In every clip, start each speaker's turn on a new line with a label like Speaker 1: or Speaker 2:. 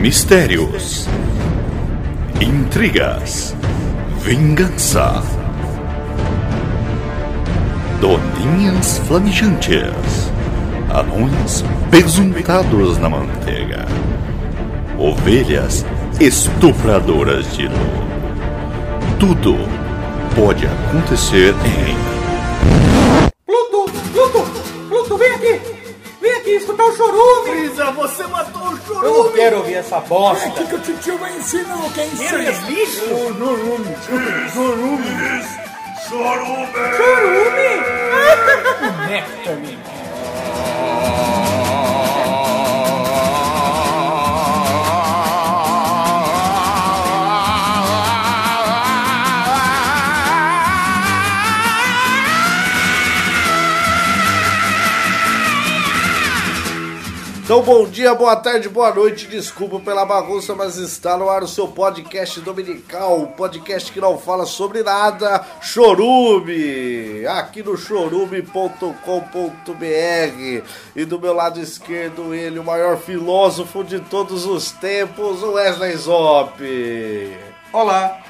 Speaker 1: Mistérios, intrigas, vingança, doninhas flamejantes, anões pesuntados na manteiga, ovelhas estupradoras de luz. Tudo pode acontecer em
Speaker 2: Pluto, Pluto, Pluto, vem aqui! Vem aqui escutar o chorume!
Speaker 3: Isa, você matou o
Speaker 2: Eu não quero ouvir essa bosta!
Speaker 3: que o tio vai ensinar o que é
Speaker 2: Esse lixo?
Speaker 4: Chorume!
Speaker 2: Chorume? Nectar, meu irmão.
Speaker 5: Então, bom dia, boa tarde, boa noite. Desculpa pela bagunça, mas está no ar o seu podcast dominical, o podcast que não fala sobre nada, Chorume. Aqui no chorume.com.br. E do meu lado esquerdo, ele, o maior filósofo de todos os tempos, o Wesley Zop.
Speaker 2: Olá!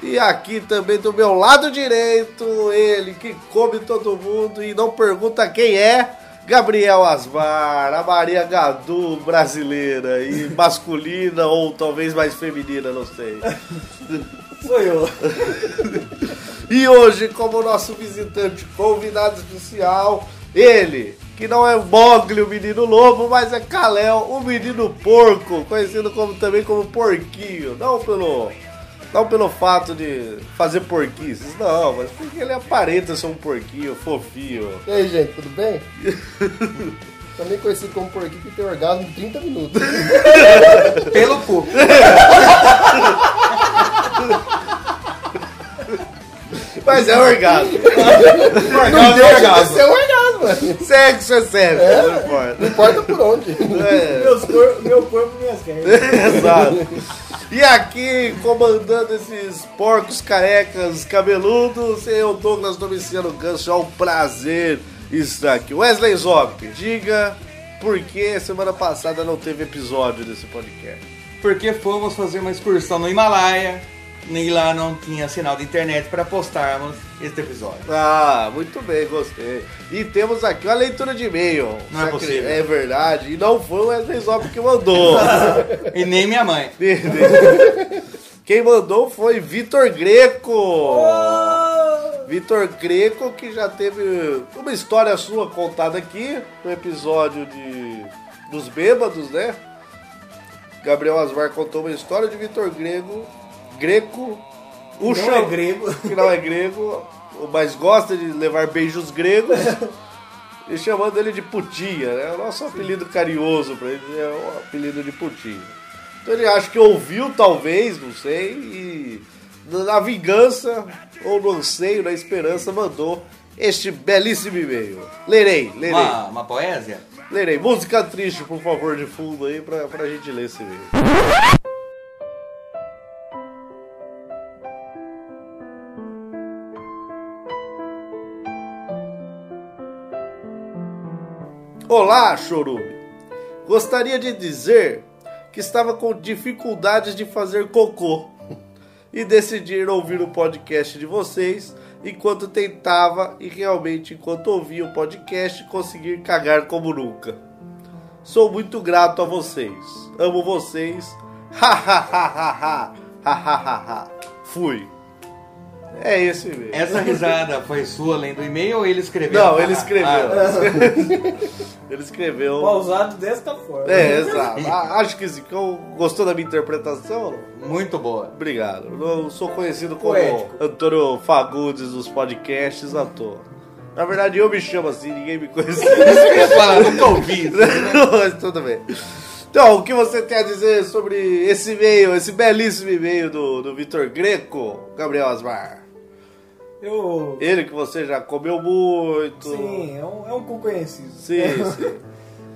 Speaker 5: E aqui também do meu lado direito, ele que come todo mundo e não pergunta quem é. Gabriel Asmar, a Maria Gadu brasileira e masculina ou talvez mais feminina, não sei.
Speaker 2: Sou eu!
Speaker 5: E hoje, como nosso visitante convidado especial, ele, que não é Mogli, o menino lobo, mas é Kalel, o menino porco, conhecido como, também como porquinho. Não pelo, não pelo fato de fazer porquices, não, mas porque ele aparenta ser um porquinho fofinho.
Speaker 3: E aí, gente, tudo bem? Também conhecido como por aqui que tem orgasmo em 30 minutos.
Speaker 2: Pelo cu!
Speaker 5: Mas é orgasmo.
Speaker 3: Não deixa de ser orgasmo.
Speaker 5: Sexo é sério, não
Speaker 3: Não
Speaker 5: importa.
Speaker 3: importa por onde.
Speaker 5: É.
Speaker 2: Meu corpo, minhas regras.
Speaker 5: Exato. E aqui, comandando esses porcos carecas cabeludos, eu, Douglas Domiciano Ganso, é um prazer estar aqui. Wesley Zop, diga por que semana passada não teve episódio desse podcast.
Speaker 2: Porque fomos fazer uma excursão no Himalaia e lá não tinha sinal de internet para postarmos este episódio.
Speaker 5: Ah, muito bem, gostei. E temos aqui uma leitura de e-mail.
Speaker 2: Não é
Speaker 5: Sacri-
Speaker 2: possível.
Speaker 5: É verdade. E não foi o Wesley Zop que mandou.
Speaker 2: E nem minha mãe.
Speaker 5: Quem mandou foi Vitor Greco.
Speaker 2: Oh!
Speaker 5: Vitor Greco, que já teve uma história sua contada aqui no episódio de dos bêbados, né? Gabriel Asmar contou uma história de Vitor Grego, Greco, o não
Speaker 2: é grego.
Speaker 5: que não é grego, mas gosta de levar beijos gregos. E chamando ele de putinha, né? O nosso apelido carinhoso pra ele é o apelido de putinha. Então ele acha que ouviu, talvez, não sei, e na vingança, ou no anseio, na esperança, mandou este belíssimo e-mail. Lerei, lerei,
Speaker 2: Uma, Ah, uma poesia?
Speaker 5: lerei. Música triste, por favor, de fundo aí, pra, pra gente ler esse e-mail. Olá, chorume. Gostaria de dizer que estava com dificuldades de fazer cocô e decidir ouvir o podcast de vocês enquanto tentava e realmente enquanto ouvia o podcast conseguir cagar como nunca. Sou muito grato a vocês. Amo vocês. Ha ha ha ha ha ha ha ha. Fui. É esse mesmo.
Speaker 2: Essa risada foi sua lendo o e-mail ou ele escreveu?
Speaker 5: Não, ele escreveu.
Speaker 2: Ah, é.
Speaker 5: ele escreveu.
Speaker 6: pausado desta forma.
Speaker 5: É, exato. A- Acho que Zicão gostou da minha interpretação.
Speaker 2: muito boa.
Speaker 5: Obrigado. Eu sou conhecido como
Speaker 6: Poético.
Speaker 5: Antônio Fagundes dos podcasts à toa. Na verdade, eu me chamo assim, ninguém me conhece.
Speaker 2: Eu ia falar, nunca ouvi. isso.
Speaker 5: Mas tudo bem. Então, o que você tem a dizer sobre esse e-mail, esse belíssimo e-mail do, do Vitor Greco, Gabriel Asmar?
Speaker 6: Eu.
Speaker 5: Ele que você já comeu muito.
Speaker 6: Sim, é um, é um cu conhecido.
Speaker 5: Sim, sim.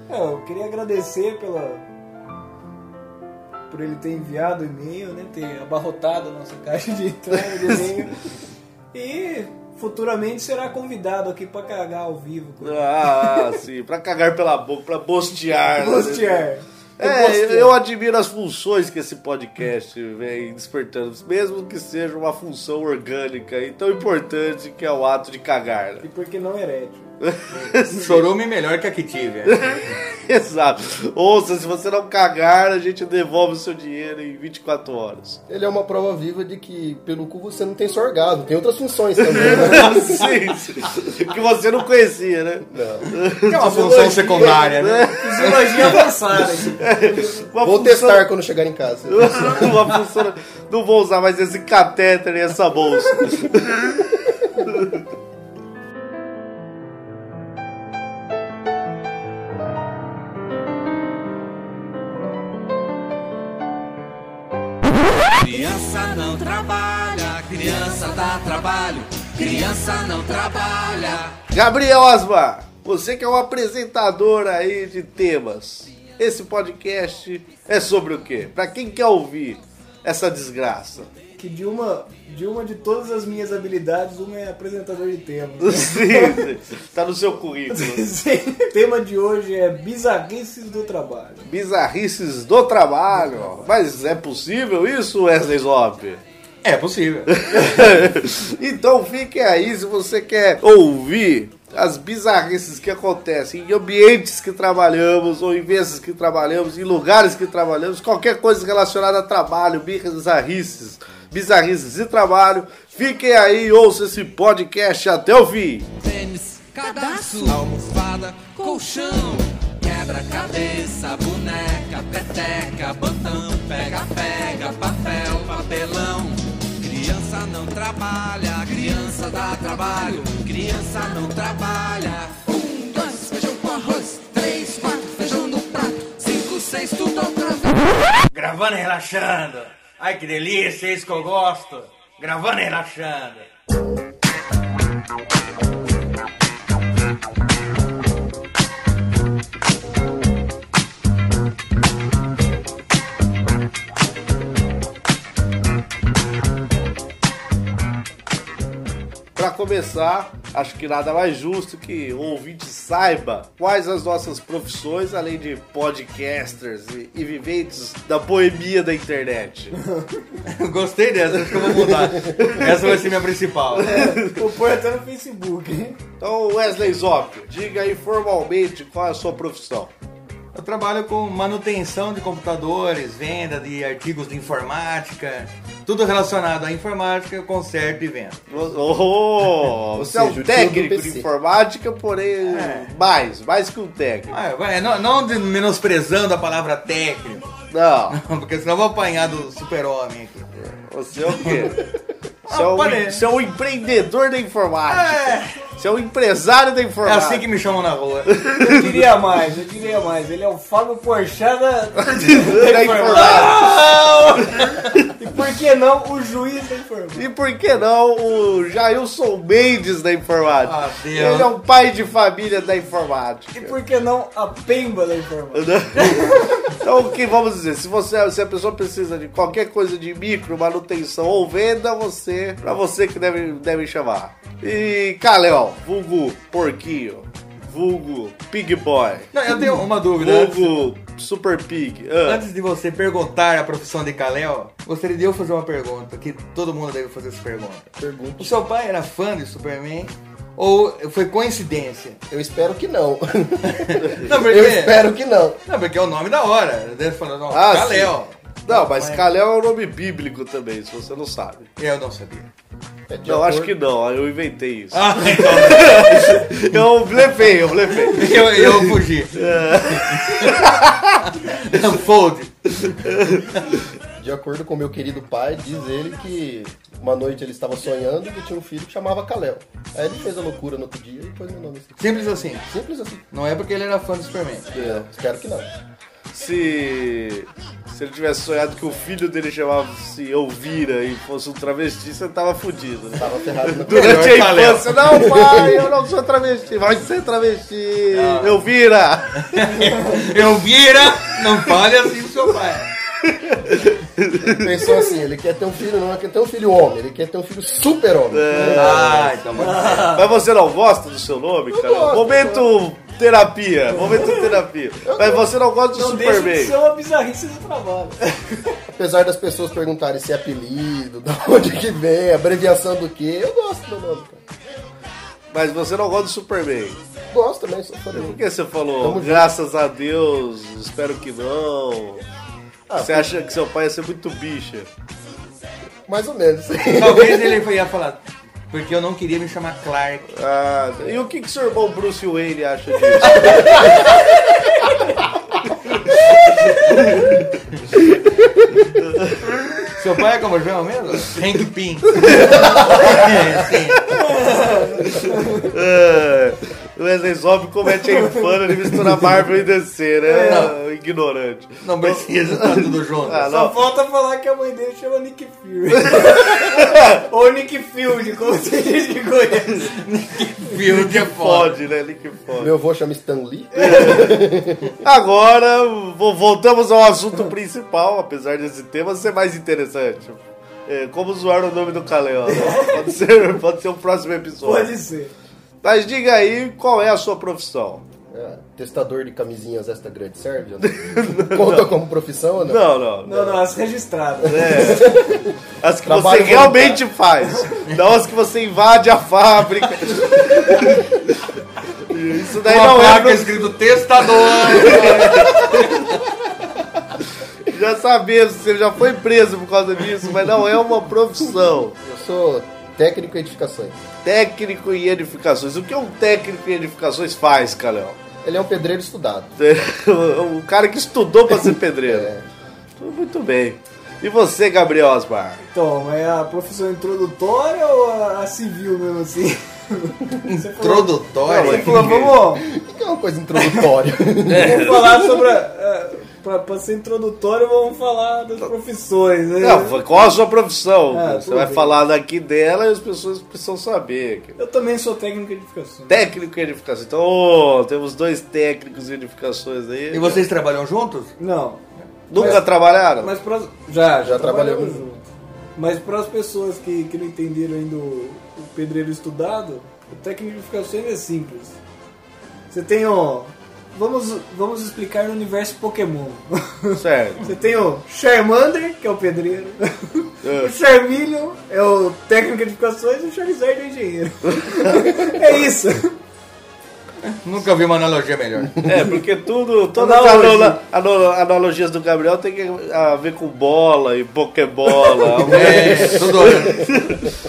Speaker 6: É, eu queria agradecer pela. Por ele ter enviado o e-mail, né? Ter abarrotado a nossa caixa de entrada de e-mail. e futuramente será convidado aqui pra cagar ao vivo.
Speaker 5: Ah, sim. Pra cagar pela boca, pra bostear. né?
Speaker 6: Postear.
Speaker 5: É, eu,
Speaker 6: gostei.
Speaker 5: eu admiro as funções que esse podcast vem despertando, mesmo que seja uma função orgânica e tão importante que é o ato de cagar. né?
Speaker 6: E porque não é herético.
Speaker 2: Chorume melhor que a que tive.
Speaker 5: Exato. Ouça, se você não cagar, a gente devolve o seu dinheiro em 24 horas.
Speaker 3: Ele é uma prova viva de que pelo cu você não tem só orgasmo, tem outras funções também. Né?
Speaker 5: Sim, sim. que você não conhecia, né?
Speaker 2: Que é uma função secundária, né?
Speaker 6: Fisiologia avançada.
Speaker 5: Uma
Speaker 3: Vou
Speaker 5: função-
Speaker 3: testar quando chegar em casa.
Speaker 5: Uma função- Não vou usar mais esse catéter e essa bolsa.
Speaker 7: Criança não trabalha, criança dá trabalho, criança não trabalha.
Speaker 5: Gabriel Osma, você que é um apresentador aí de temas. Esse podcast é sobre o quê? Pra quem quer ouvir essa desgraça?
Speaker 6: Que de uma, de uma de todas as minhas habilidades, uma é apresentador de temas.
Speaker 5: Sim, sim. tá no seu currículo.
Speaker 6: O tema de hoje é bizarrices do trabalho.
Speaker 5: Bizarrices do trabalho. Mas é possível isso, Wesley Zop?
Speaker 2: É possível.
Speaker 5: então fique aí se você quer ouvir as bizarrices que acontecem em ambientes que trabalhamos, ou em vezes que trabalhamos, em lugares que trabalhamos, qualquer coisa relacionada a trabalho, bizarrices, bizarrices e trabalho. Fiquem aí, ouça esse podcast até o fim.
Speaker 7: Tênis, cadastro, almofada, colchão, quebra-cabeça, boneca, peteca, botão, pega-pega, papel, papelão. Criança não trabalha, criança dá trabalho, criança não trabalha. Um, dois, feijão com arroz, três, quatro, feijão no prato, cinco, seis, tudo outra vez.
Speaker 2: Gravando e relaxando. Ai que delícia, é isso que eu gosto. Gravando e relaxando.
Speaker 5: Para começar, acho que nada mais justo que o ouvinte saiba quais as nossas profissões, além de podcasters e, e viventes da boemia da internet.
Speaker 2: Eu Gostei dessa, acho que eu vou mudar. Essa vai ser minha principal.
Speaker 6: Vou pôr até é no Facebook. hein?
Speaker 5: Então, Wesley Zop, diga aí formalmente qual é a sua profissão.
Speaker 2: Eu trabalho com manutenção de computadores, venda de artigos de informática, tudo relacionado à informática, conserto e venda.
Speaker 5: Oh, você é um
Speaker 3: seja, o tio do
Speaker 5: técnico de
Speaker 3: PC.
Speaker 5: informática, porém
Speaker 2: É.
Speaker 5: mais, mais que um técnico.
Speaker 2: Ah, vai, não, não de- menosprezando a palavra técnico,
Speaker 5: Não,
Speaker 2: porque senão eu vou apanhar do super-homem aqui.
Speaker 5: você é o quê? Você é, um,
Speaker 2: parece.
Speaker 5: você é um empreendedor da informática. Você é um empresário da
Speaker 2: É
Speaker 5: informática.
Speaker 2: assim que me chamam na rua.
Speaker 6: Eu diria mais, eu diria mais. Ele é o Fábio Porchat da...
Speaker 5: da informática.
Speaker 6: E por que não o juiz da informática?
Speaker 5: E por que não o Jailson Mendes da informática?
Speaker 2: Ah, Deus.
Speaker 5: Ele é um pai de família da
Speaker 6: E
Speaker 5: informática.
Speaker 6: por que não a Pemba da informática?
Speaker 5: Então o que vamos dizer? Se você, se a pessoa precisa de qualquer coisa de micro, manutenção ou venda, você, pra você que deve, deve chamar. E Kalel, vulgo porquinho, vulgo pig boy,
Speaker 2: Não, eu tenho uma dúvida. Antes,
Speaker 5: vulgo super pig. Ah,
Speaker 2: antes de você perguntar a profissão de Kalel, gostaria de eu fazer uma pergunta, que todo mundo deve fazer essa pergunta.
Speaker 3: Pergunta.
Speaker 2: O seu pai era fã de Superman ou foi coincidência?
Speaker 3: Eu espero que não.
Speaker 2: Não, porque,
Speaker 3: Eu espero que não.
Speaker 2: não, porque é o nome da hora. Deve falar, não,
Speaker 5: Ah,
Speaker 2: Kalel.
Speaker 5: Não, mas Kalel é um nome bíblico também, se você não sabe.
Speaker 2: Eu não sabia.
Speaker 3: É de
Speaker 5: Não,
Speaker 3: acordo-
Speaker 5: acho que não, eu inventei isso.
Speaker 2: Ah, então,
Speaker 5: Eu blefei, eu blefei.
Speaker 2: eu, eu fugi.
Speaker 3: É.
Speaker 2: Não, Fold.
Speaker 3: De acordo com meu querido pai, diz ele que uma noite ele estava sonhando que tinha um filho que chamava Kalel. Aí ele fez a loucura no outro dia e pôs meu nome assim.
Speaker 2: Simples assim.
Speaker 3: Simples assim.
Speaker 2: Não é porque ele era fã do Superman.
Speaker 3: Eu espero que não.
Speaker 5: Se. Se ele tivesse sonhado que o filho dele chamava-se Elvira e fosse um travesti, você tava fudido, né?
Speaker 3: Tava ferrado na
Speaker 5: Durante a
Speaker 2: Melhor talento.
Speaker 5: infância, não, pai, eu não sou travesti, vai ser travesti, Elvira!
Speaker 2: Eu vira, não fale assim pro seu pai.
Speaker 3: Pensou assim, ele quer ter um filho, não, ele quer ter um filho homem, ele quer ter um filho super-homem. Né?
Speaker 2: Ah, então pode ser.
Speaker 5: Mas você não gosta do seu nome, cara?
Speaker 3: gosto,
Speaker 5: Momento Terapia, momento terapia. Mas você não gosta do
Speaker 6: Não deixa de
Speaker 5: Superman.
Speaker 6: ser uma bizarrice do trabalho.
Speaker 3: Apesar das pessoas perguntarem se é apelido, da onde que vem, abreviação do que, eu gosto do nome, cara.
Speaker 6: um-
Speaker 5: Mas você não gosta do Superman.
Speaker 3: Gosto também, sou fã
Speaker 5: Por
Speaker 3: dele.
Speaker 5: que você falou,
Speaker 3: Tamo junto.
Speaker 5: graças a Deus, espero que não?
Speaker 3: Ah,
Speaker 5: você acha que seu pai ia ser muito bicha?
Speaker 3: Mais ou menos.
Speaker 2: Talvez ele ia falar, porque eu não queria me chamar Clark.
Speaker 5: Ah, e o que, que seu irmão Bruce Wayne acha disso?
Speaker 2: Seu pai é como chama mesmo? Hank Pym. é, sim.
Speaker 5: Ah, o Wesley Zop comete a infâmia de misturar Marvel e DC, né?
Speaker 2: Não.
Speaker 5: Ignorante.
Speaker 2: Não precisa, tá tudo junto.
Speaker 5: Ah,
Speaker 6: Só
Speaker 5: não.
Speaker 6: falta falar que a mãe dele chama Nick Fury. Ou Nick Field, como você diz de Goiás.
Speaker 2: Viu que é foda.
Speaker 5: Fode, né? Link fode.
Speaker 3: Meu avô chama né? Stan Lee.
Speaker 5: Agora, vo- voltamos ao assunto principal, apesar desse tema ser mais interessante. É, como zoar o nome do Caleão? né? Pode ser, pode ser o próximo episódio.
Speaker 6: Pode ser.
Speaker 5: Mas diga aí qual é a sua profissão.
Speaker 3: É, testador de camisinhas esta grande serve? ou não? Conta como profissão ou não?
Speaker 5: Não, não.
Speaker 6: Não, não, as registradas. né?
Speaker 5: As que
Speaker 3: Trabalho
Speaker 5: você realmente faz. Não as que você invade a fábrica. Isso daí
Speaker 2: Uma
Speaker 5: não é.
Speaker 2: placa escrito testador.
Speaker 5: Já sabemos, você já foi preso por causa disso, mas não é uma profissão.
Speaker 3: Eu sou técnico em edificações.
Speaker 5: Técnico em edificações. O que um técnico em edificações faz, Caleão?
Speaker 3: Ele é um pedreiro estudado.
Speaker 5: O cara que estudou pra ser pedreiro.
Speaker 3: É.
Speaker 5: Muito bem. E você, Gabriel Osmar?
Speaker 6: Então, é a profissão introdutória ou a, a civil mesmo assim? Você falou-
Speaker 2: Introdutório.
Speaker 6: Você falou, vamos,
Speaker 3: O que é uma coisa introdutória?
Speaker 6: vamos falar sobre. a- a- pra, pra ser introdutório, vamos falar das profissões, né?
Speaker 5: Não, qual a sua profissão?
Speaker 6: Ah,
Speaker 5: você
Speaker 6: tudo
Speaker 5: vai
Speaker 6: bem.
Speaker 5: falar daqui dela e as pessoas precisam saber.
Speaker 6: Eu também sou técnico de edificação.
Speaker 5: Técnico em edificações. Então, ô, temos dois técnicos em edificações aí.
Speaker 2: E vocês trabalham juntos?
Speaker 6: Não,
Speaker 5: Nunca
Speaker 6: mas-
Speaker 5: trabalharam?
Speaker 6: mas para já
Speaker 3: já trabalhamos
Speaker 6: junto. Mas para as pessoas que, que não entenderam ainda o, o pedreiro estudado, o técnico de edificações é simples. Você tem o vamos vamos explicar no universo Pokémon.
Speaker 5: Certo.
Speaker 6: Você tem o Charmander, que é o pedreiro. O Charmeleon é o técnico de edificações e o Charizard é o engenheiro. é isso.
Speaker 2: Nunca vi uma analogia melhor.
Speaker 5: É, porque tudo, todas
Speaker 2: tá
Speaker 5: as
Speaker 6: Analogia.
Speaker 5: anola- ano- analogias do Gabriel tem que- a ver com bola e pokebola. alguma-
Speaker 2: É, tudo.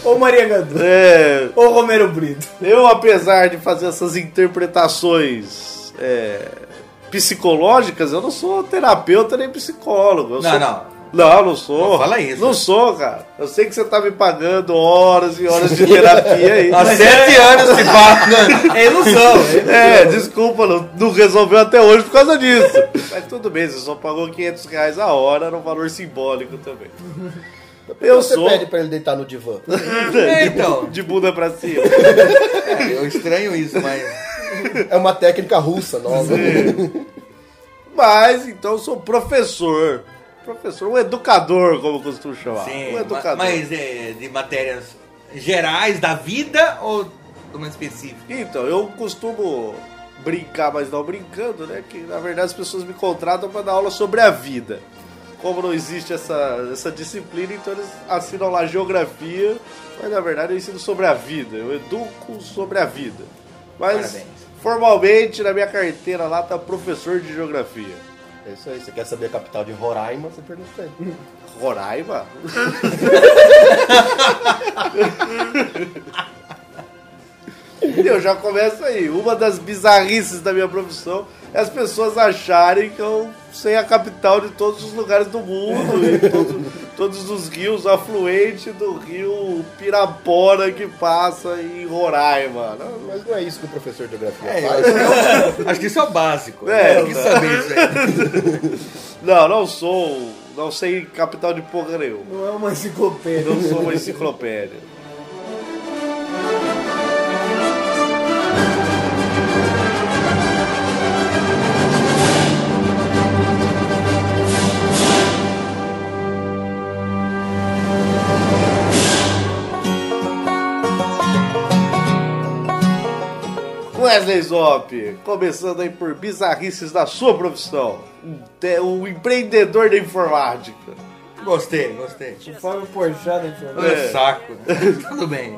Speaker 6: Ou Maria Gadu.
Speaker 5: é,
Speaker 6: Ou Romero Brito.
Speaker 5: Eu, apesar de fazer essas interpretações é, psicológicas, eu não sou terapeuta nem psicólogo. Eu
Speaker 2: Não,
Speaker 5: sou-
Speaker 2: não.
Speaker 5: Não, não sou.
Speaker 2: Não fala isso.
Speaker 5: Não sou, cara. Eu sei que você tá me pagando horas e horas de terapia aí.
Speaker 2: Há sete anos se passa.
Speaker 6: É ilusão.
Speaker 5: É, desculpa, não, não resolveu até hoje por causa disso. Mas tudo bem, você só pagou 500 reais a hora, era um valor simbólico também. Eu
Speaker 3: Você
Speaker 5: sou
Speaker 3: pede pra ele deitar no divã.
Speaker 2: É, então.
Speaker 5: de bunda pra cima.
Speaker 2: É, eu estranho isso, mas.
Speaker 3: É uma técnica russa nova.
Speaker 5: Mas então eu sou professor. Professor, um educador, como eu costumo chamar.
Speaker 2: Sim,
Speaker 5: um
Speaker 2: ma-
Speaker 5: educador.
Speaker 2: mas é de matérias gerais da vida ou de uma específica?
Speaker 5: Então, eu costumo brincar, mas não brincando, né? Que na verdade as pessoas me contratam para dar aula sobre a vida. Como não existe essa, essa disciplina, então eles assinam lá geografia, mas na verdade eu ensino sobre a vida, eu educo sobre a vida. Mas
Speaker 2: Parabéns.
Speaker 5: formalmente na minha carteira lá tá professor de geografia.
Speaker 3: É isso aí. Você quer saber a capital de Roraima? Você pergunta pra ele.
Speaker 5: Roraima? Eu já começo aí. Uma das bizarrices da minha profissão é as pessoas acharem que eu sei a capital de todos os lugares do mundo, e todo- todos os rios, afluente do rio Pirapora que passa em Roraima. Não,
Speaker 3: Mas não é isso que o professor de geografia
Speaker 2: É, eu
Speaker 3: faz.
Speaker 2: acho, que é o- acho que isso é o básico.
Speaker 5: É,
Speaker 2: tem que saber isso aí.
Speaker 5: não, não sou. Não sei capital de porra nenhuma.
Speaker 6: Não é uma enciclopédia.
Speaker 5: Não sou uma enciclopédia. Ué, Wesley Zop, começando aí por bizarrices da sua profissão. Um te- Um empreendedor da informática.
Speaker 2: Gostei, gostei.
Speaker 6: Fábio Porchat da informática.
Speaker 2: É. saco. né? Tudo bem.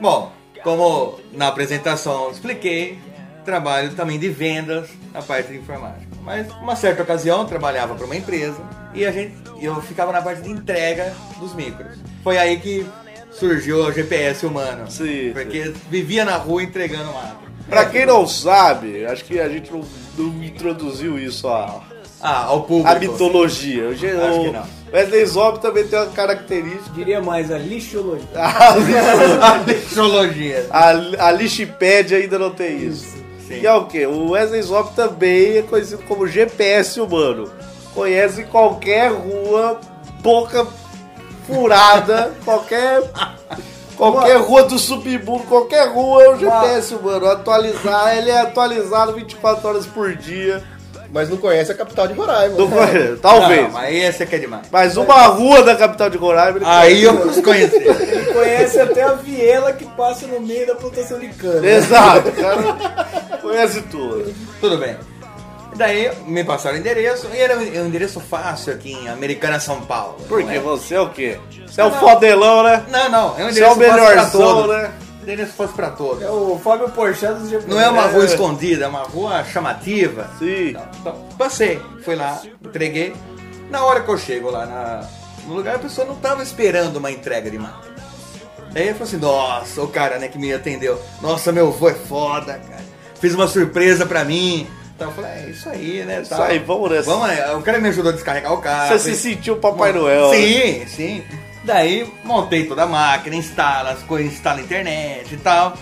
Speaker 2: Bom, como na apresentação eu expliquei, trabalho também de vendas na parte de informática. Mas uma certa ocasião eu trabalhava para uma empresa e a gente eu ficava na parte de entrega dos micros. Foi aí que surgiu o GPS humano.
Speaker 5: Sim,
Speaker 2: porque vivia na rua entregando mato.
Speaker 5: Pra quem não sabe, acho que a gente não, não introduziu isso à,
Speaker 2: Ah, ao público.
Speaker 5: à mitologia. O, ge-
Speaker 2: Acho que
Speaker 5: o
Speaker 2: não.
Speaker 5: Wesley Zop também tem uma característica.
Speaker 6: Diria mais a lixologia.
Speaker 2: A mitologia.
Speaker 5: A, a Lixipédia ainda não tem isso.
Speaker 2: Sim.
Speaker 5: E é o que? O Wesley Zop também é conhecido como GPS humano. Conhece qualquer rua, boca furada, qualquer. Qualquer rua do submundo, qualquer rua é o GPS humano. Atualizar, ele é atualizado 24 horas por dia.
Speaker 3: Mas não conhece a capital de Roraima.
Speaker 5: Não conhe-
Speaker 2: Não,
Speaker 5: Talvez.
Speaker 2: mas aí você quer demais.
Speaker 5: Mas uma rua da capital de Roraima. ele
Speaker 2: Aí eu os conheci.
Speaker 6: Ele conhece até a viela que passa no meio da plantação de cana.
Speaker 5: Exato, cara. Conhece tudo.
Speaker 2: Tudo bem. Daí me passaram o endereço e era um um endereço fácil aqui em Americana, São Paulo. Não
Speaker 5: Porque
Speaker 2: é?
Speaker 5: você é o quê? Você é um fodelão, né?
Speaker 2: Não, não, é um
Speaker 5: Você é
Speaker 2: endereço
Speaker 5: o
Speaker 2: fácil pra
Speaker 5: melhorzão,
Speaker 2: todos. Um
Speaker 5: né?
Speaker 2: endereço fácil pra todos.
Speaker 6: É o Fábio Porchat dos GPS.
Speaker 2: Não é uma
Speaker 5: É.
Speaker 2: rua escondida, é uma rua chamativa.
Speaker 5: Sim.
Speaker 2: Então, então, passei, fui lá, entreguei. Na hora que eu chego lá na- no lugar, a pessoa não tava esperando uma entrega de mata. Daí eu falei assim, nossa, o cara né, que me atendeu, nossa, meu avô é foda, cara. Fez uma surpresa pra mim. Então eu falei, é isso aí, né?
Speaker 5: Isso aí, vamos nessa.
Speaker 2: Vamos aí. O cara me ajudou a descarregar o carro.
Speaker 5: Você se sentiu Papai Noel.
Speaker 2: Ah,
Speaker 5: né?
Speaker 2: Sim, sim. Daí montei toda a máquina, instala as coisas, instala a internet e tal.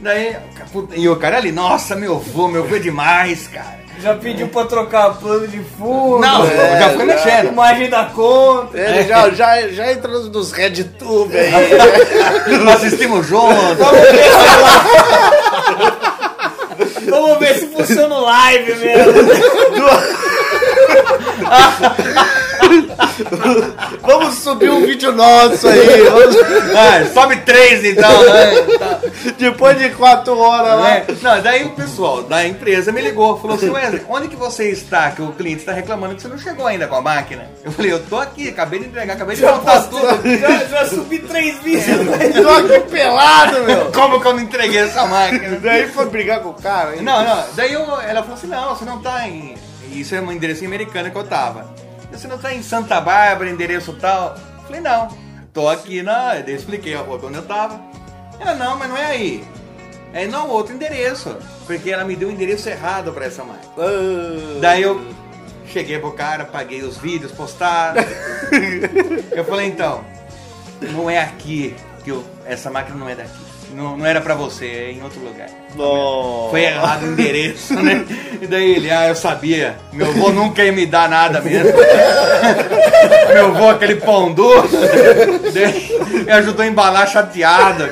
Speaker 2: Daí, puta, e o cara ali, nossa, meu avô, meu avô é demais, cara.
Speaker 6: Já pediu pra trocar plano de fundo.
Speaker 2: Não,
Speaker 5: é,
Speaker 2: já foi
Speaker 5: já.
Speaker 2: mexendo.
Speaker 6: Imagem da conta.
Speaker 5: Ele
Speaker 2: É.
Speaker 5: já, já, já entra nos- nos RedTube aí.
Speaker 2: Assistimos juntos.
Speaker 6: Vamos ver se funciona o live mesmo.
Speaker 5: Vamos subir um vídeo nosso aí. vamos-
Speaker 2: Ah, sobe três então, né?
Speaker 5: Depois de quatro horas lá.
Speaker 2: É, Não, daí o pessoal da empresa me ligou, falou assim, Wesley, onde que você está? Que o cliente está reclamando que você não chegou ainda com a máquina. Eu falei, eu tô aqui, acabei de entregar, acabei de montar tudo.
Speaker 6: Já, já subi três vídeos. né?
Speaker 5: Tô aqui pelado, meu.
Speaker 2: Como que eu não entreguei essa máquina?
Speaker 5: Daí foi brigar com o cara, hein?
Speaker 2: Não, não. Daí eu- ela falou assim, não, você não tá em. Isso é um endereço americano que eu tava. Você não tá em Santa Bárbara, endereço tal? Eu falei, não. Tô aqui na. Daí eu expliquei a rua onde eu tava. Ela, não, mas não é aí. É não outro endereço. Porque ela me deu o endereço errado pra essa máquina.
Speaker 5: Ah,
Speaker 2: Daí eu cheguei pro cara, paguei os vídeos, postaram. eu falei, então, não é aqui que eu. Essa máquina não é daqui. Não, não era pra você, é em outro lugar.
Speaker 5: não.
Speaker 2: Foi errado o endereço, né? E daí ele, ah, eu sabia. Meu avô nunca ia me dar nada mesmo. Meu avô, aquele pão duro, daí me ajudou a embalar chateado.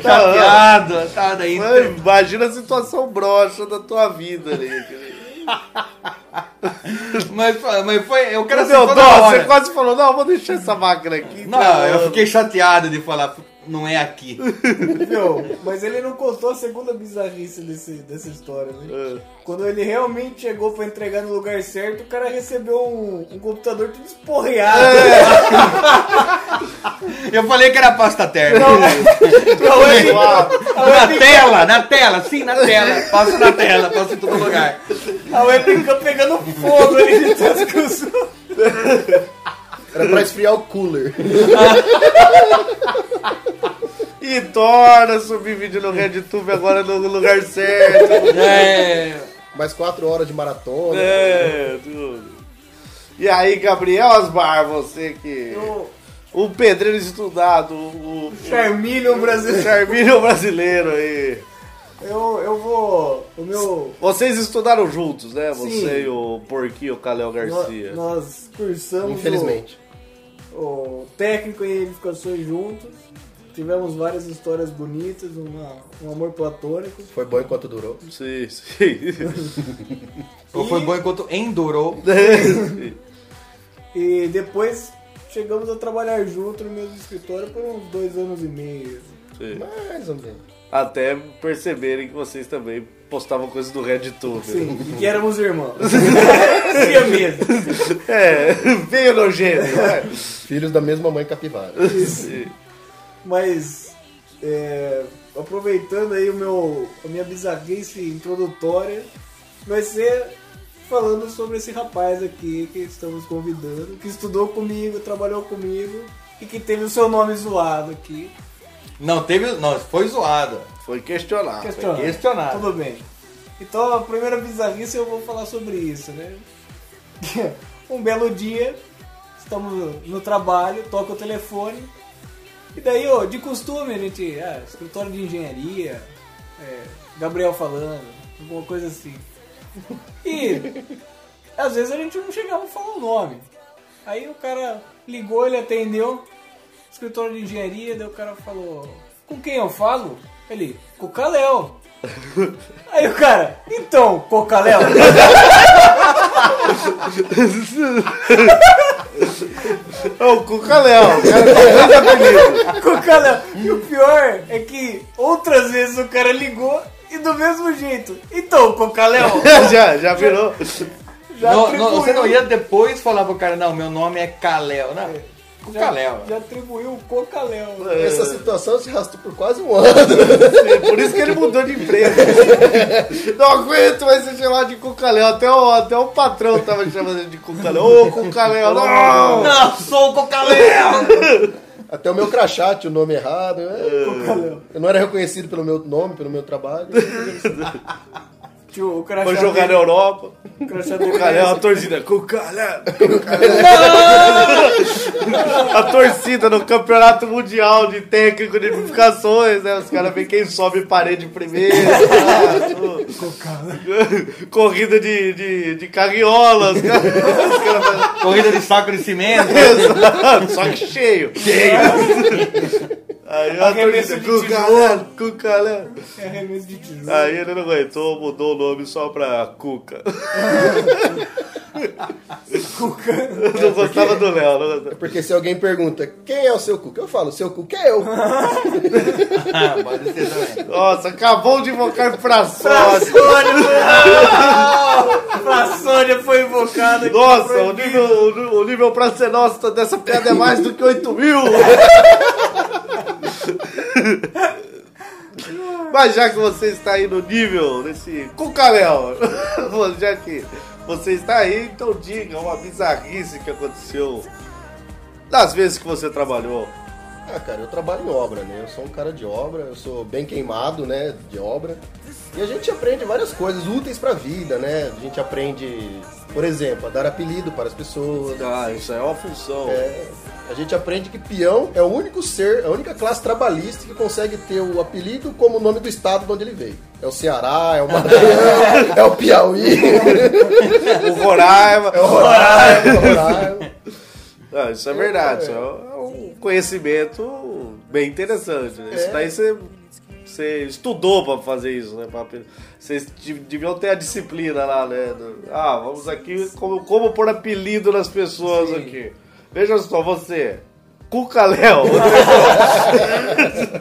Speaker 2: Chateado, tá? Daí
Speaker 5: Mano, Imagina a situação broxa da tua vida ali.
Speaker 2: Mas, foi- mas foi, eu quero
Speaker 5: Meu
Speaker 2: toda
Speaker 5: dó,
Speaker 2: hora.
Speaker 5: você quase falou, não, vou deixar essa máquina aqui.
Speaker 2: Não, eu fiquei chateado de falar, não é aqui.
Speaker 6: Meu, mas ele não contou a segunda bizarrice desse, dessa história, né?
Speaker 2: É.
Speaker 6: Quando ele realmente chegou pra entregar no lugar certo, o cara recebeu um, um computador tudo esporreado.
Speaker 2: É. Eu falei que era pasta térmica. Né?
Speaker 5: Não é lá.
Speaker 2: na tela, na tela, sim, na tela. Passa na tela, passa em todo lugar.
Speaker 6: A web fica pegando fogo ali de tanto que usou.
Speaker 3: Era pra esfriar o cooler.
Speaker 5: E torna subir vídeo no RedTube agora no lugar certo.
Speaker 2: É.
Speaker 3: Mais quatro horas de maratona.
Speaker 5: É, tudo. E aí, Gabriel Asbar, você que. O pedreiro estudado, o. o-
Speaker 6: Charmilho
Speaker 5: o
Speaker 6: brasileiro.
Speaker 5: Charmilho é um brasileiro aí.
Speaker 6: Eu, eu vou. O meu.
Speaker 5: Vocês estudaram juntos, né? Você
Speaker 6: Sim.
Speaker 5: e o Porquinho Calel Garcia.
Speaker 6: nó- Nós cursamos. o-
Speaker 3: Infelizmente.
Speaker 6: o técnico em edificações juntos. Tivemos várias histórias bonitas, uma- um amor platônico.
Speaker 3: Foi bom enquanto durou.
Speaker 5: Sim, sim.
Speaker 2: Ou foi bom enquanto endurou.
Speaker 6: E depois chegamos a trabalhar junto no mesmo escritório por uns dois anos e meio.
Speaker 5: sim.
Speaker 3: Mais ou menos.
Speaker 5: Até perceberem que vocês também postavam coisas do né? RedTube.
Speaker 6: Sim, e que éramos irmãos. Sim, mesmo.
Speaker 5: É, veio nojento. né? vai.
Speaker 3: Filhos da mesma mãe capivara.
Speaker 5: Sim.
Speaker 6: Mas é, aproveitando aí o meu, a minha bizarrice introdutória, vai ser falando sobre esse rapaz aqui que estamos convidando, que estudou comigo, trabalhou comigo e que teve o seu nome zoado aqui.
Speaker 2: Não, teve. Não, foi zoada.
Speaker 5: Foi questionado.
Speaker 6: Questionado.
Speaker 2: questionado.
Speaker 6: Tudo bem. Então a primeira bizarrice eu vou falar sobre isso, né? Um belo dia, estamos no trabalho, toca o telefone, e daí, ó, de costume, a gente, ah, escritório de engenharia, é, Gabriel falando, alguma coisa assim. E às vezes a gente não chegava a falar o nome. Aí o cara ligou, ele atendeu, escritório de engenharia, daí o cara falou, com quem eu falo? Ele, com o Caléu. Aí o cara, então, Cocaléu.
Speaker 5: É o Cuca Léo, o cara tá muito apelido.
Speaker 6: Cocaléu. E o pior é que outras vezes o cara ligou e do mesmo jeito. Então, Cocaléu.
Speaker 5: Já, já virou.
Speaker 6: Já
Speaker 2: Não,
Speaker 6: atribuiu-
Speaker 2: não, você não ia depois falar pro cara, não, meu nome é Kalel. Não,
Speaker 6: já,
Speaker 2: Caléu.
Speaker 6: É. Já atribuiu o Cocaléu.
Speaker 3: Essa situação se arrastou por quase um ano.
Speaker 5: É Por isso que ele mudou de emprego. Não aguento mais ser chamado de Cucaléu. Até o, até o patrão tava chamando ele de Cucaléu. Ô, Cucaléu, não!
Speaker 2: Não, sou o Cocaléu!
Speaker 3: Até o meu crachá tinha o nome errado. é, Eu não era reconhecido pelo meu nome, pelo meu trabalho.
Speaker 6: Tio, o crachá
Speaker 5: Foi jogar na
Speaker 6: dele,
Speaker 5: Europa.
Speaker 6: o crachá dele
Speaker 5: Cucaléu, a
Speaker 6: era-
Speaker 5: é torcida. Cucaléu! A torcida no campeonato mundial de técnico de edificações, né? Os caras veem quem sobe parede primeiro. tá? Tipo, Corrida de, de, de carriola. Os caras os caras fazem
Speaker 2: Corrida de saco de cimento. né?
Speaker 5: Exato, só que cheio. Cheio. Aí eu
Speaker 6: Arremesso
Speaker 5: torcida com
Speaker 6: de
Speaker 5: galera, com galera.
Speaker 6: é arremesso de tesoura.
Speaker 5: Aí ele não aguentou, mudou o nome só pra Cuca. Cuca. Não gostava do Léo, não gostava.
Speaker 3: Porque se alguém pergunta quem é o seu Cuca, eu falo, seu Cuca é eu.
Speaker 2: Ah, pode ser também.
Speaker 5: Nossa, acabou de invocar pra sorte.
Speaker 6: A Sônia foi invocada. aqui.
Speaker 5: Nossa, o nível, o nível- o nível pra ser nossa dessa piada é mais do que 8 mil. Mas já que você está aí no nível desse cucaléu, já que você está aí, então diga uma bizarrice que aconteceu das vezes que você trabalhou.
Speaker 3: Ah, cara, eu trabalho em obra, né? Eu sou um cara de obra, eu sou bem queimado, né? De obra. E a gente aprende várias coisas úteis pra vida, né? A gente aprende, por exemplo, a dar apelido para as pessoas.
Speaker 5: Ah, isso aí é uma função.
Speaker 3: É, a gente aprende que peão é o único ser, a única classe trabalhista que consegue ter o apelido como o nome do estado de onde ele veio. É o Ceará, é o Maranhão, é o Piauí,
Speaker 5: O Roraima.
Speaker 3: é o Roraima, é o Roraima.
Speaker 5: Ah, isso é verdade. Isso é um conhecimento bem interessante. né?
Speaker 3: É.
Speaker 5: Isso daí você, você estudou pra fazer isso, né? pra- Vocês de- deviam ter a disciplina lá, né? Do- Ah, vamos aqui, como, como pôr apelido nas pessoas aqui. Veja só, você, Cuca Léo.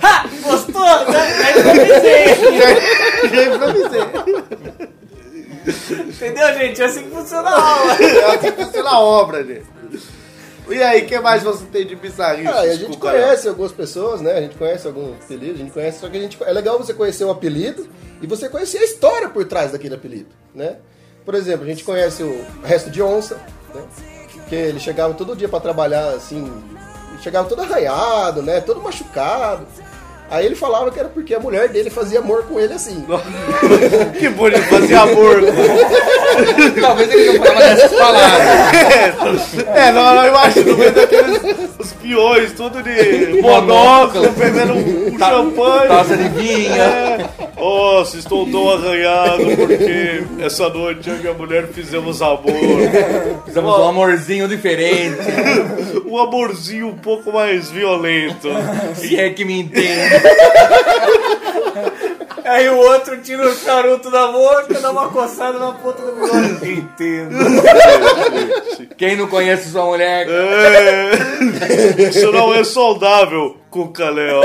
Speaker 6: Ha! Gostou? Já, já improvisei.
Speaker 5: Já é improvisei.
Speaker 6: Entendeu, gente? É assim que funciona a aula.
Speaker 5: É assim que funciona a obra, gente. E aí, o que mais você tem de bizarrice?
Speaker 3: Ah, e a gente
Speaker 5: Cuca Léo?
Speaker 3: conhece algumas pessoas, né? A gente conhece alguns apelidos, a gente conhece, só que a gente, é legal você conhecer o apelido e você conhecer a história por trás daquele apelido, né? Por exemplo, a gente conhece o resto de onça, né? Que ele chegava todo dia pra trabalhar assim, ele chegava todo arranhado, né? Todo machucado. Aí ele falava que era porque a mulher dele fazia amor com ele assim.
Speaker 5: Que bonito, fazer amor.
Speaker 2: Talvez ele não falava dessas palavras.
Speaker 5: É, não, não, eu acho no meio daqueles os peões, tudo de monóculo, bebendo um, um
Speaker 2: Tá-
Speaker 5: champanhe.
Speaker 2: Taça de vinho.
Speaker 5: É. Nossa, estou tão arranhado porque essa noite eu e minha mulher fizemos amor.
Speaker 2: Fizemos um amorzinho diferente.
Speaker 5: Um amorzinho um pouco mais violento.
Speaker 2: Se é que me entende.
Speaker 6: Aí o outro tira o charuto da boca, dá uma coçada na ponta do bigode. Entendo.
Speaker 2: Quem não conhece sua mulher,
Speaker 5: É. Isso não é saudável, Cuca Léo.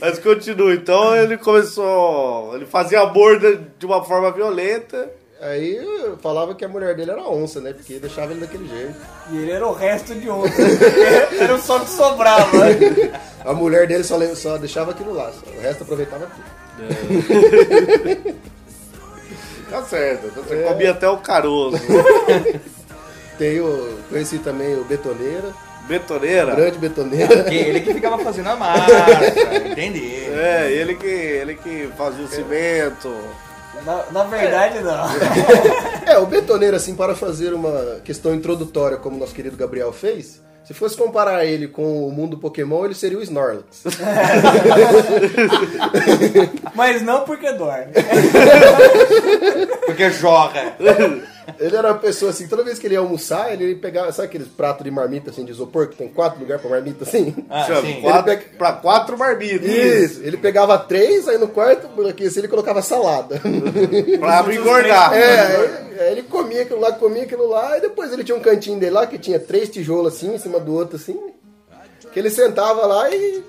Speaker 5: Mas continua. Então ele começou. Ele fazia amor de de uma forma violenta.
Speaker 3: Aí eu falava que a mulher dele era onça, né? Porque deixava ele daquele jeito.
Speaker 6: E ele era o resto de ontem. era o só que sobrava.
Speaker 3: A mulher dele só, le- só deixava aquilo lá, só. o resto aproveitava tudo.
Speaker 5: Tá certo. Tá certo.
Speaker 3: É.
Speaker 5: Comia até o caroço.
Speaker 3: Tem o, conheci também o Betoneira,
Speaker 5: Betoneira.
Speaker 3: grande Betoneira.
Speaker 2: Ele que ficava fazendo a massa, entendi.
Speaker 5: É, ele que, ele que fazia o cimento.
Speaker 6: Na, na verdade, não.
Speaker 3: É, o Betoneira, assim, para fazer uma questão introdutória, como nosso querido Gabriel fez, se fosse comparar ele com o mundo Pokémon, ele seria o Snorlax.
Speaker 6: Mas não porque dorme.
Speaker 2: Porque joga.
Speaker 6: É.
Speaker 3: Ele era uma pessoa assim, toda vez que ele ia almoçar, ele pegava, sabe aqueles pratos de marmita assim de isopor que tem quatro lugares pra marmita assim?
Speaker 2: Ah,
Speaker 5: Chama,
Speaker 2: sim.
Speaker 5: quatro-
Speaker 3: Ele pega-
Speaker 5: Pra quatro marmitas.
Speaker 3: Isso, ele pegava três, aí no quarto aqui assim ele colocava salada.
Speaker 5: Pra me engordar.
Speaker 3: É, aí- aí ele comia aquilo lá, comia aquilo lá, e depois ele tinha um cantinho dele lá que tinha três tijolos assim, em cima do outro assim. Que ele sentava lá e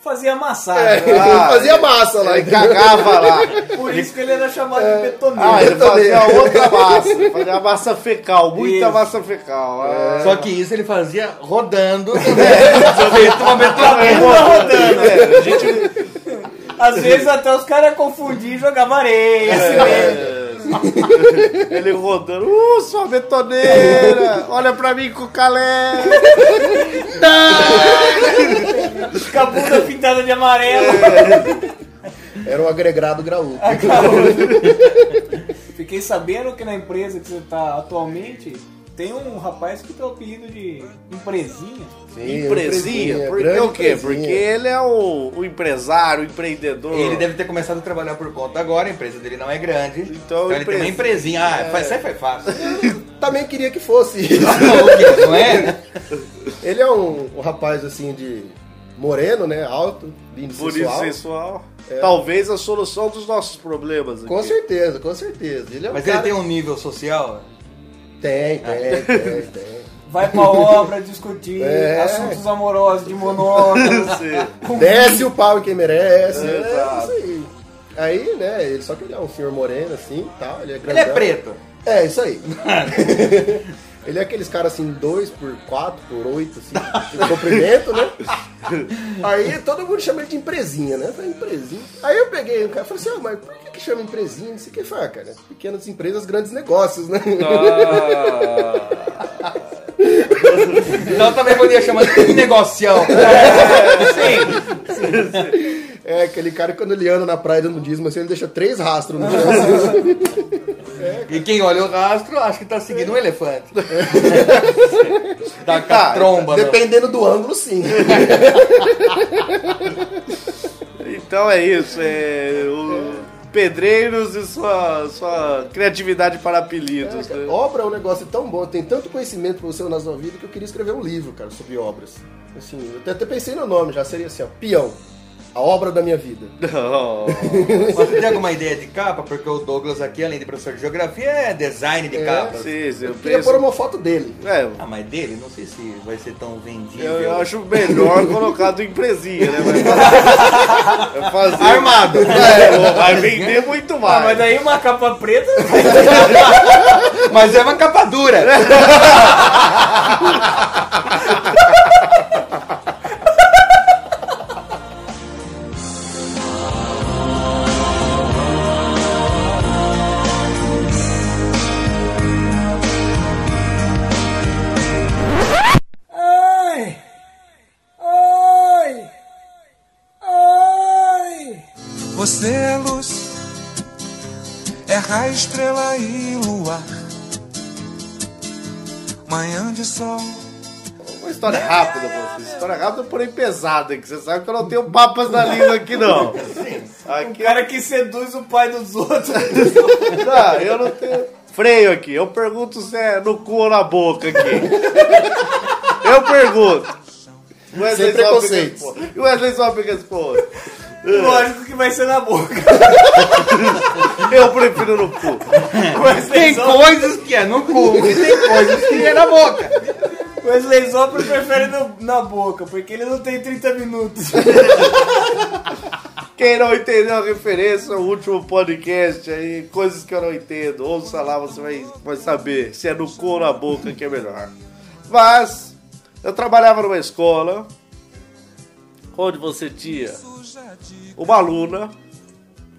Speaker 6: Fazia
Speaker 3: é,
Speaker 6: massagem. né?
Speaker 3: ele fazia massa lá.
Speaker 5: Ah, Ele cagava lá.
Speaker 6: Por isso que ele era chamado de betoneiro.
Speaker 5: Ah, ele
Speaker 3: Betoneira.
Speaker 5: fazia outra massa. Ele Fazia massa fecal, muita
Speaker 6: Isso.
Speaker 5: massa fecal. É.
Speaker 2: Só que isso ele fazia rodando também. Feito uma
Speaker 5: Ah,
Speaker 2: metralhadora.
Speaker 5: rodando, é. A gente
Speaker 6: Às vezes até os caras confundiam e jogavam areia.
Speaker 5: Ele rodando, uh, sua betoneira, olha pra mim com o calé.
Speaker 6: assim, Com a bunda pintada de amarelo.
Speaker 3: Era um agregado graúdo.
Speaker 5: É,
Speaker 6: Fiquei sabendo que na empresa que você tá atualmente, tem um rapaz que tem o apelido de empresinha.
Speaker 5: Empresinha,
Speaker 3: Sim, empresinha,
Speaker 5: porque
Speaker 3: é um grande
Speaker 5: o quê?
Speaker 3: empresinha.
Speaker 5: Porque ele é o, o empresário, o empreendedor.
Speaker 2: Ele deve ter começado a trabalhar por conta agora, a empresa dele não é grande. Então, ele tem uma
Speaker 5: empresa- É.
Speaker 2: empresinha. Ah, faz, isso aí foi fácil. Tá
Speaker 3: Também queria que fosse.
Speaker 2: não é?
Speaker 3: ele é um, um rapaz assim de moreno, né? Alto, lindo
Speaker 5: Bonito
Speaker 3: sensual. É.
Speaker 5: sensual. Talvez a solução dos nossos problemas. Aqui.
Speaker 3: Com certeza, com certeza. Ele é um
Speaker 2: Mas ele
Speaker 3: cara...
Speaker 2: tem um nível social.
Speaker 3: Tem, tem, tem, tem.
Speaker 6: Vai pra obra discutir
Speaker 3: É.
Speaker 6: assuntos amorosos de monótono.
Speaker 5: Sim.
Speaker 3: Desce o pau em quem merece.
Speaker 5: É,
Speaker 3: É,
Speaker 5: exato.
Speaker 3: isso aí. Aí, né, ele, só que ele é um senhor moreno, assim, tal, ele é
Speaker 2: Ele
Speaker 3: grandão.
Speaker 5: Então.
Speaker 2: é preto.
Speaker 3: É, isso aí. ele é aqueles caras, assim, 2 por 4 por 8, assim, de comprimento, né? Aí todo mundo chama ele de empresinha, né? Eu falei, empresinha. Aí eu peguei o cara e falei assim, ah, mas por que, que chama empresinha? Não sei o que fala, cara. Pequenas empresas, grandes negócios, né?
Speaker 2: Então também poderia chamar de negocião.
Speaker 3: É, aquele cara que quando ele anda na praia do nudismo, assim, ele deixa três rastros no chão. assim.
Speaker 2: E quem olha o rastro, acha que tá seguindo um elefante. da
Speaker 5: Tá,
Speaker 2: tromba. não.
Speaker 3: Dependendo do ângulo, sim.
Speaker 5: Então é isso. É, o- Pedreiros e sua, sua criatividade para apelidos. né?
Speaker 3: Obra é um negócio tão bom, tem tanto conhecimento pra você na sua vida que eu queria escrever um livro, cara, sobre obras. Assim, eu até, até pensei no nome, já seria assim, ó, Peão, a obra da minha vida.
Speaker 5: Não.
Speaker 2: Mas você tem alguma ideia de capa? Porque o Douglas aqui, além de professor de geografia, é design de capa.
Speaker 5: Sim, sim, eu
Speaker 3: Queria
Speaker 5: penso.
Speaker 3: pôr uma foto dele.
Speaker 5: É,
Speaker 2: Ah, mas dele, não sei se vai ser tão vendível.
Speaker 5: Eu, eu acho melhor colocar do empresinha, né? Vai vai fazer.
Speaker 2: Armado.
Speaker 5: É, vai vender muito
Speaker 6: Ah,
Speaker 5: mais.
Speaker 6: mas daí uma capa preta
Speaker 2: Mas é uma capa dura.
Speaker 6: Ai! Ai! Ai!
Speaker 7: Você é luz, é raio, estrela e luar. Manhã de sol.
Speaker 5: Uma história rápida pra vocês. História rápida, porém pesada, que você sabe que eu não tenho papas na língua aqui, não.
Speaker 6: O
Speaker 5: Aqui
Speaker 6: cara que seduz o pai dos outros.
Speaker 5: não, eu não tenho. Freio aqui. Eu pergunto se é no cu ou na boca aqui. Eu pergunto. O Wesley
Speaker 3: Sem
Speaker 5: Zop
Speaker 3: preconceitos.
Speaker 5: responde. E o Wesley Zop responde.
Speaker 6: Lógico que vai ser na boca.
Speaker 5: Eu prefiro no cu.
Speaker 6: Mas
Speaker 2: Tem
Speaker 6: tem
Speaker 2: coisas que é no cu e tem coisas que é na boca.
Speaker 6: Wesley Zopro prefere no- na boca, porque ele não tem 30 minutos.
Speaker 5: Quem não entendeu a referência, o último podcast aí, coisas que eu não entendo, ouça lá, você vai, vai saber se é no cu ou na boca que é melhor. Mas, eu trabalhava numa escola onde você tinha uma aluna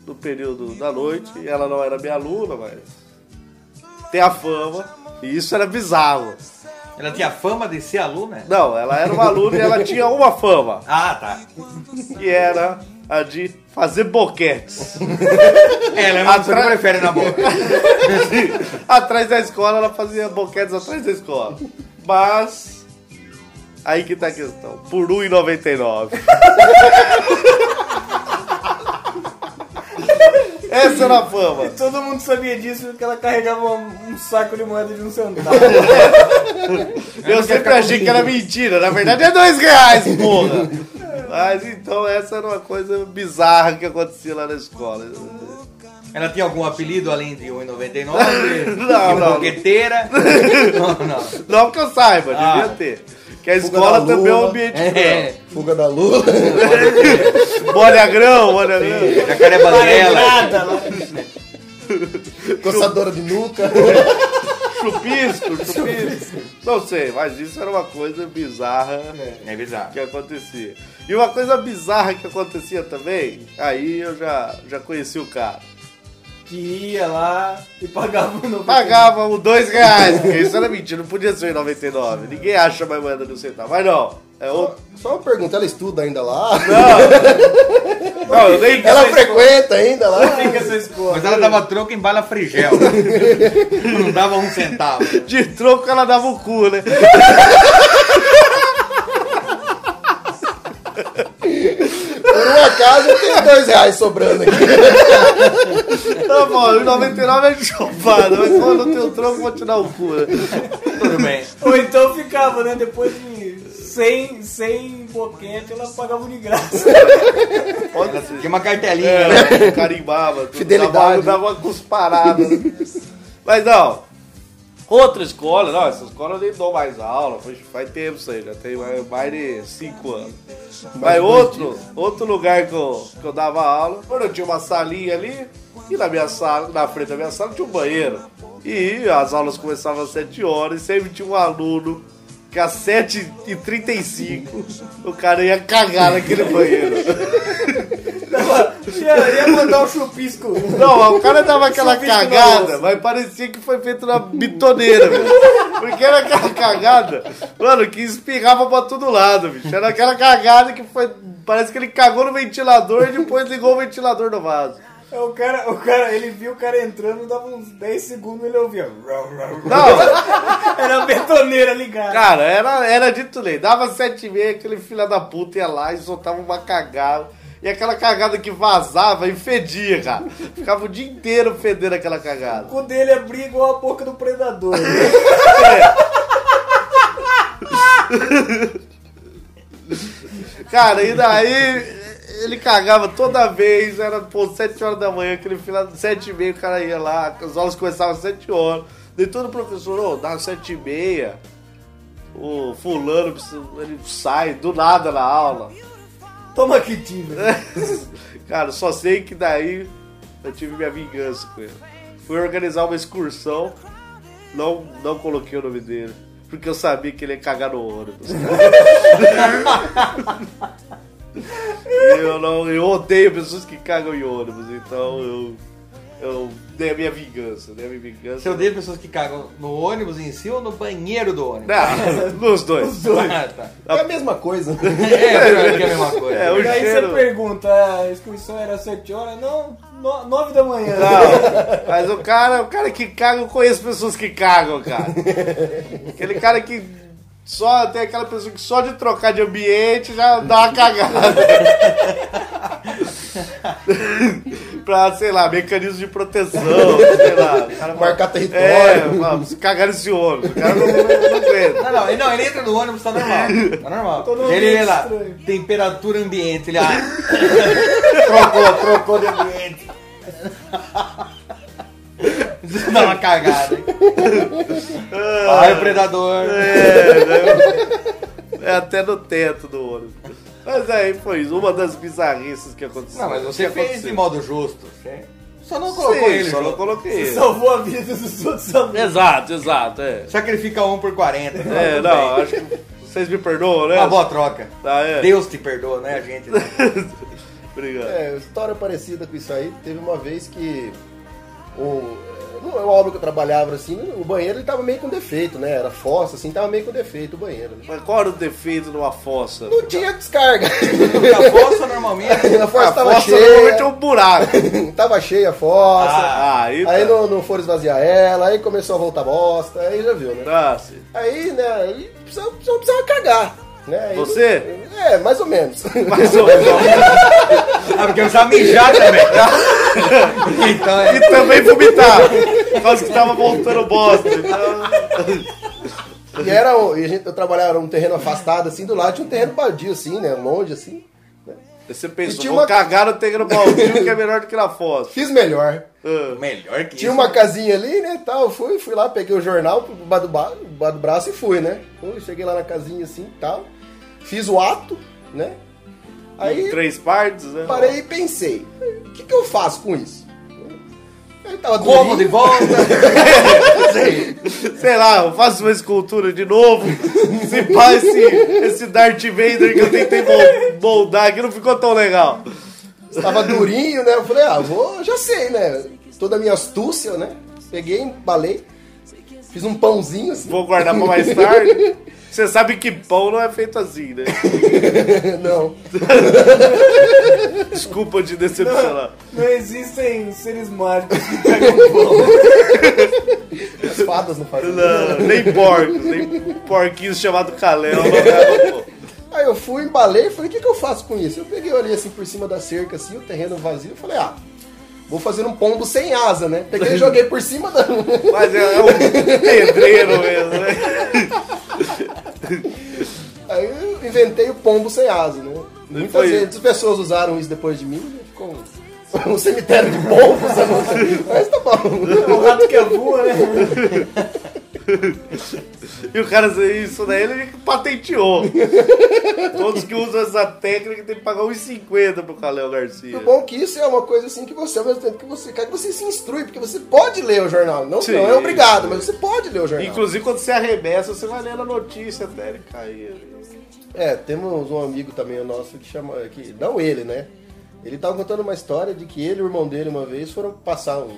Speaker 5: no período da noite, e ela não era minha aluna, mas tem a fama, e isso era bizarro.
Speaker 2: Ela tinha fama de ser aluna?
Speaker 5: Não, ela era uma aluna e ela tinha uma fama.
Speaker 2: Ah, tá.
Speaker 5: que era a de fazer boquetes.
Speaker 2: Ela não
Speaker 5: Atra-
Speaker 2: prefere na boca.
Speaker 5: atrás da escola, ela fazia boquetes atrás da escola. Mas, aí que tá a questão. Por R$1,99. Essa era a fama.
Speaker 6: Todo mundo sabia disso porque ela carregava um, um saco de moeda de um centavo.
Speaker 5: Eu sempre achei que era mentira. Na verdade é dois reais, porra. Mas então essa era uma coisa bizarra que acontecia lá na escola.
Speaker 2: Ela tinha algum apelido além de 1,99?
Speaker 5: Não,
Speaker 2: de
Speaker 5: não.
Speaker 2: Boqueteira? Não, não.
Speaker 5: Não que eu saiba,
Speaker 2: Ah.
Speaker 5: devia ter. Que a
Speaker 3: Fuga
Speaker 5: escola
Speaker 3: da
Speaker 5: também é um
Speaker 3: lua.
Speaker 5: ambiente
Speaker 2: É.
Speaker 3: Fuga da lua.
Speaker 5: Olha grão, olha grão.
Speaker 2: Jacaré Banguela.
Speaker 3: Coçadora de nuca.
Speaker 5: Chupisco, chupisco. Não sei, mas isso era uma coisa bizarra
Speaker 2: É bizarro.
Speaker 5: que acontecia. E uma coisa bizarra que acontecia também, aí eu já, já conheci o cara.
Speaker 6: Que ia lá e pagava um no
Speaker 5: Pagava os dois reais, porque isso era mentira, não podia ser em 99. Ninguém acha mais moeda de um centavo. Mas não, é outro.
Speaker 3: Só uma pergunta, ela estuda ainda lá?
Speaker 5: Não, eu nem
Speaker 3: Ela frequenta ainda lá?
Speaker 6: Fica essa escola.
Speaker 2: Mas ela dava troco em bala frigel. Não dava um centavo.
Speaker 5: De troco ela dava o cu, né?
Speaker 3: Por um acaso eu tenho dois reais sobrando aqui.
Speaker 5: Tá bom, em 99 é chupada, mas quando eu tenho troco, vou te dar o cu, né?
Speaker 2: Tudo bem.
Speaker 6: Ou então ficava, né? Depois de 100, 100 boquete, ela pagava de graça.
Speaker 5: Pode ser.
Speaker 2: Tinha uma cartelinha. né?
Speaker 5: É, carimbava. tudo. Dava,
Speaker 3: Fidelidade.
Speaker 5: dava uma cusparada. Mas não. Outra escola, não, essa escola eu nem dou mais aula, faz, faz tempo isso aí, já tem mais, mais de 5 anos. Mas outro, outro lugar que eu, que eu dava aula, quando eu tinha uma salinha ali, e na minha sala, na frente da minha sala tinha um banheiro. E as aulas começavam às 7 horas e sempre tinha um aluno que às 7h35 o cara ia cagar naquele banheiro.
Speaker 6: Ela ia mandar um chupisco.
Speaker 5: Não, o cara dava aquela
Speaker 6: Subindo na
Speaker 5: cagada,
Speaker 6: louça.
Speaker 5: mas parecia que foi feito na bitoneira, velho. Porque era aquela cagada, mano, que espirrava pra todo lado, bicho. Era aquela cagada que foi. Parece que ele cagou no ventilador e depois ligou o ventilador no vaso.
Speaker 6: É, O cara, o cara, ele viu o cara entrando, dava uns 10 segundos e ele ouvia.
Speaker 5: Não,
Speaker 6: Era a betoneira ligada.
Speaker 5: cara, era, era dito lei. Dava sete e meia, aquele filho da puta ia lá e soltava uma cagada. E aquela cagada que vazava e fedia, cara. Ficava o dia inteiro fedendo aquela cagada.
Speaker 6: O cu dele abria igual a boca do predador.
Speaker 5: Cara, e daí ele cagava toda vez, era pô, 7 horas da manhã, aquele final, 7 e meia o cara ia lá, as aulas começavam às 7 horas. De todo professor, ô, dá 7 e meia, o fulano precisa- ele sai do nada na aula.
Speaker 6: Toma quitina.
Speaker 5: Cara, só sei que daí eu tive minha vingança com ele. Fui organizar uma excursão, não, não coloquei o nome dele, porque eu sabia que ele ia cagar no ônibus. E eu, não, eu odeio pessoas que cagam em ônibus, então eu, eu dei a minha vingança, dei a minha vingança.
Speaker 2: Você odeia pessoas que cagam no ônibus em si ou no banheiro do ônibus?
Speaker 5: Não, nos dois.
Speaker 2: Ah, tá.
Speaker 3: É a mesma coisa.
Speaker 2: É, porque é a mesma coisa.
Speaker 5: É, o
Speaker 6: Daí
Speaker 5: cheiro...
Speaker 6: você pergunta, "É, a excursão era 7 horas? Não, 9 da manhã.
Speaker 5: Não, mas o cara, o cara que caga, eu conheço pessoas que cagam, cara. Aquele cara que só tem aquela pessoa que só de trocar de ambiente já dá uma cagada. pra, sei lá, mecanismo de proteção, sei lá. O cara
Speaker 3: Marcar território.
Speaker 5: É, fala, "Vocês cagaram esse homem. O cara não, não, não aguenta.
Speaker 2: Não, não, ele, não, ele entra no ônibus, tá normal. Tá normal.
Speaker 6: Todo
Speaker 2: ele
Speaker 6: ambiente
Speaker 2: ele lá,
Speaker 6: estranho.
Speaker 2: temperatura ambiente, ele ah,
Speaker 3: Trocou, trocou de ambiente.
Speaker 2: Dá uma cagada. Ai,
Speaker 5: Ah,
Speaker 2: o predador.
Speaker 5: É até no teto do ônibus. Mas aí foi isso, uma das bizarrices que aconteceu.
Speaker 2: Não, mas você
Speaker 5: Que
Speaker 2: fez
Speaker 5: aconteceu.
Speaker 2: de modo justo. Você só não colocou
Speaker 5: Sim,
Speaker 2: ele.
Speaker 5: só
Speaker 2: junto.
Speaker 5: não coloquei ele.
Speaker 6: Salvou a vida dos outros amigos.
Speaker 5: Exato, exato, é.
Speaker 2: Sacrifica um por 40.
Speaker 5: É, não, acho que vocês me perdoam, né?
Speaker 2: Uma boa troca.
Speaker 5: Tá, é.
Speaker 2: Deus te perdoa, né, a gente? né?
Speaker 5: Obrigado.
Speaker 3: É, história parecida com isso aí. Teve uma vez que o, não é uma obra que eu trabalhava assim, o banheiro ele tava meio com defeito, né? Era fossa, assim, tava meio com defeito o banheiro. né?
Speaker 5: Mas qual era o defeito numa fossa?
Speaker 3: Não tinha descarga.
Speaker 2: Porque a força normalmente.
Speaker 3: A fossa
Speaker 5: a
Speaker 3: tava
Speaker 5: fossa normalmente é
Speaker 3: cheia.
Speaker 5: um buraco.
Speaker 3: tava cheia a fossa.
Speaker 5: Ah, aí,
Speaker 3: aí
Speaker 5: tá.
Speaker 3: não, não foram esvaziar ela, aí começou a voltar bosta, aí já viu, né?
Speaker 5: Tá, sim.
Speaker 3: Aí, né, aí precisava, precisava, precisava cagar. Né? Aí-
Speaker 5: Você?
Speaker 3: É, mais ou menos.
Speaker 5: Mais ou menos.
Speaker 2: Ah, porque eu já mijar também. Então é.
Speaker 5: E também vomitar. Por causa que tava voltando bosta. Então,
Speaker 3: E era o- e a gente, eu trabalhava num terreno afastado, assim, do lado tinha um terreno baldio, assim, né? Longe, assim.
Speaker 5: você
Speaker 3: E
Speaker 5: pensou,
Speaker 3: tinha
Speaker 5: vou
Speaker 3: uma-
Speaker 5: cagar no Tegro Baldio que é melhor do que na fossa.
Speaker 3: Fiz melhor.
Speaker 5: Ah,
Speaker 2: Melhor que
Speaker 3: Tinha
Speaker 2: isso.
Speaker 3: uma casinha ali, né, tal, fui, fui lá, peguei o jornal pro bar do, ba- bar do braço e fui, né? Fui, cheguei lá na casinha, assim, tal. Fiz o ato, né? Aí
Speaker 5: Três partes, né?
Speaker 3: parei e pensei, o que que eu faço com isso? Aí tava
Speaker 2: Como
Speaker 3: dormindo.
Speaker 2: de volta.
Speaker 5: Sei lá, eu faço uma escultura de novo. Se pá, esse, esse Darth Vader que eu tentei mol- moldar aqui não ficou tão legal.
Speaker 3: Tava durinho, né? Eu falei, ah, vou, já sei, né? Toda a minha astúcia, né? Peguei, embalei, fiz um pãozinho assim.
Speaker 5: Vou guardar pra mais tarde. Você sabe que pão não é feito assim, né?
Speaker 3: Não.
Speaker 5: Desculpa te decepcionar.
Speaker 6: Não existem seres mágicos.
Speaker 3: As fadas não fazem.
Speaker 5: Não, nem porcos, nem porquinhos chamado Kalel. não é, pô.
Speaker 3: Aí eu fui, embalei e falei, o que, que eu faço com isso? Eu peguei, olhei assim por cima da cerca, assim, o terreno vazio, eu falei, ah, vou fazer um pombo sem asa, né? Peguei e joguei por cima da.
Speaker 5: Mas é, é um pedreiro mesmo, né?
Speaker 3: Aí eu inventei o pombo sem asa, né? Muitas
Speaker 5: foi-
Speaker 3: vezes as pessoas usaram isso depois de mim, né? ficou um, um cemitério de pombos, né? mas tá bom.
Speaker 6: O rato
Speaker 2: é
Speaker 6: que voa, né?
Speaker 5: E o cara, isso daí ele patenteou. Todos que usam essa técnica tem que pagar 1,50 pro Kalel Garcia.
Speaker 3: O bom é que isso é uma coisa assim que você, ao mesmo tempo que você quer, que você se instrui, porque você pode ler o jornal. Não,
Speaker 5: Sim.
Speaker 3: não é obrigado, mas você pode ler o jornal.
Speaker 5: Inclusive, quando você arremessa, você vai lendo a notícia até ele cair. ali.
Speaker 3: É, temos um amigo também nosso que chama. Que, não ele, né? Ele tava contando uma história de que ele e o irmão dele uma vez foram passar um,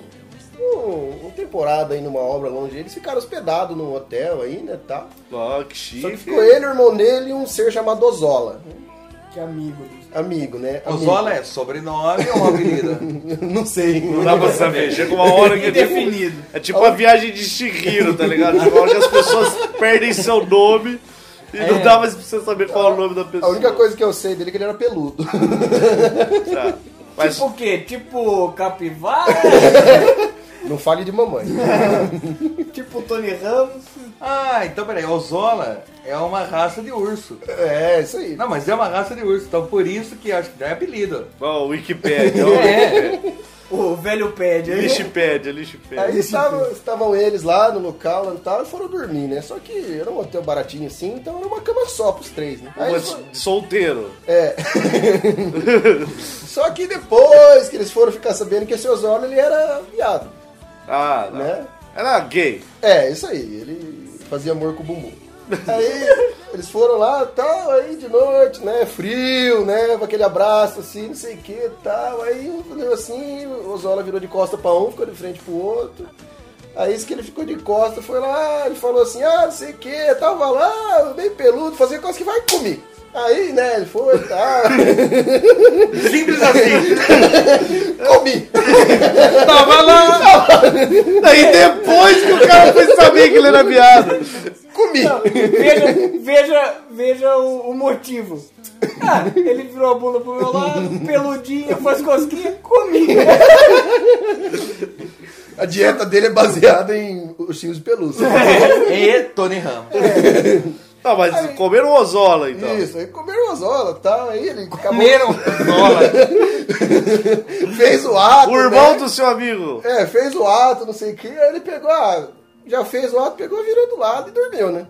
Speaker 3: um- uma temporada aí numa obra longe. Eles ficaram hospedados num hotel aí, né? Tá.
Speaker 5: Ó, que
Speaker 3: Só que
Speaker 5: chique.
Speaker 3: ficou ele, o irmão dele e um ser chamado Ozola.
Speaker 6: Que amigo.
Speaker 3: Amigo, né? Amigo.
Speaker 2: Ozola é sobrenome ou um apelido?
Speaker 3: não sei.
Speaker 5: Não dá pra saber. Chega uma hora que é tipo,
Speaker 6: Indefinido.
Speaker 5: é tipo a viagem de Shihiro, tá ligado? Chega uma hora que as pessoas perdem seu nome e não dá mais pra você saber qual é o nome da
Speaker 3: A
Speaker 5: pessoa.
Speaker 3: única coisa que eu sei dele é que ele era peludo.
Speaker 5: Tá. Mas
Speaker 6: Tipo o quê? Tipo capivara?
Speaker 3: Não fale de mamãe.
Speaker 6: tipo Tony Ramos?
Speaker 2: Ah, então peraí. Ozola é uma raça de urso.
Speaker 3: É, isso aí.
Speaker 2: Não, mas é uma raça de urso. Então por isso que acho que é apelido.
Speaker 5: ó, o Wikipedia, ó,
Speaker 2: É.
Speaker 6: O velho né? pede. aí.
Speaker 5: Lixipédia, Lixipédia.
Speaker 3: Aí estavam, estavam eles lá no local lá e tal, e foram dormir, né? Só que era um hotel baratinho assim, então era uma cama só pros três, né? Aí
Speaker 5: Uma
Speaker 3: eles foram-
Speaker 5: de solteiro.
Speaker 3: é. só que depois que eles foram ficar sabendo que esse Ozola ele era viado,
Speaker 5: Ah, não.
Speaker 3: né?
Speaker 5: Era gay.
Speaker 3: É, isso aí, ele fazia amor com o bumbum. Aí eles foram lá tal, aí de noite, né? Frio, né? com Aquele abraço assim, não sei o que tal. Aí um deu assim, o Zola virou de costa pra um, ficou de frente pro outro. Aí isso que ele ficou de costa, foi lá, ele falou assim, ah, não sei o que, tava lá, bem peludo, fazia coisa que vai comigo. Aí, né, ele foi, tá,
Speaker 2: Simples assim.
Speaker 3: comi.
Speaker 2: Tava lá.
Speaker 5: Daí depois que o cara foi saber que ele era viado.
Speaker 6: Veja, veja, veja o, o motivo. Ah, ele virou a bunda pro meu lado, peludinha, faz cosquinha, comi.
Speaker 3: A dieta dele é baseada em ursinhos de pelúcia.
Speaker 2: E Tony Ramos.
Speaker 5: Não, mas
Speaker 3: Aí-
Speaker 5: comeram ozola, então.
Speaker 3: Isso, aí comeram Ozola e tal, aí ele acabou-
Speaker 2: Comeram bola.
Speaker 3: fez o ato.
Speaker 5: O irmão
Speaker 3: né?
Speaker 5: do seu amigo.
Speaker 3: É, fez o ato, não sei o que, aí ele pegou a. Já fez o ato, pegou, virou do lado e dormiu, né?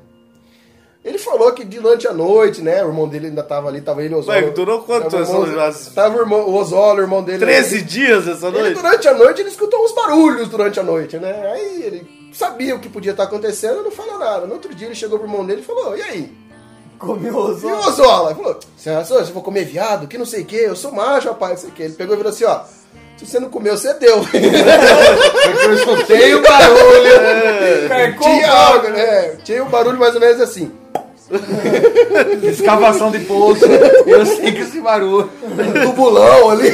Speaker 3: Ele falou que durante a noite, né? O irmão dele ainda tava ali, tava ele e o Ozola.
Speaker 5: Mas durou quanto
Speaker 3: Tava o
Speaker 5: essa
Speaker 3: irmão-
Speaker 5: noite? Umas-
Speaker 3: Tava o, irmão, o Ozola, o irmão dele.
Speaker 5: 13 dias essa
Speaker 3: Ele,
Speaker 5: noite.
Speaker 3: durante a noite, ele escutou uns barulhos durante a noite, né? Aí ele sabia o que podia estar acontecendo, não falou nada. No outro dia ele chegou pro irmão dele e falou: E aí?
Speaker 6: Comeu
Speaker 3: E o
Speaker 6: ozola.
Speaker 3: Ozola? Ele falou, você achou? Você vou comer viado? Que não sei o que, eu sou macho, rapaz, não sei o que. Ele pegou e virou assim, ó. Se você não comeu, você deu.
Speaker 2: Porque eu escutei o barulho.
Speaker 6: Carcou
Speaker 3: tinha algo, né? Tinha um barulho mais ou menos assim.
Speaker 2: Escavação de poço. Eu sei que esse barulho.
Speaker 3: Do bulão um ali.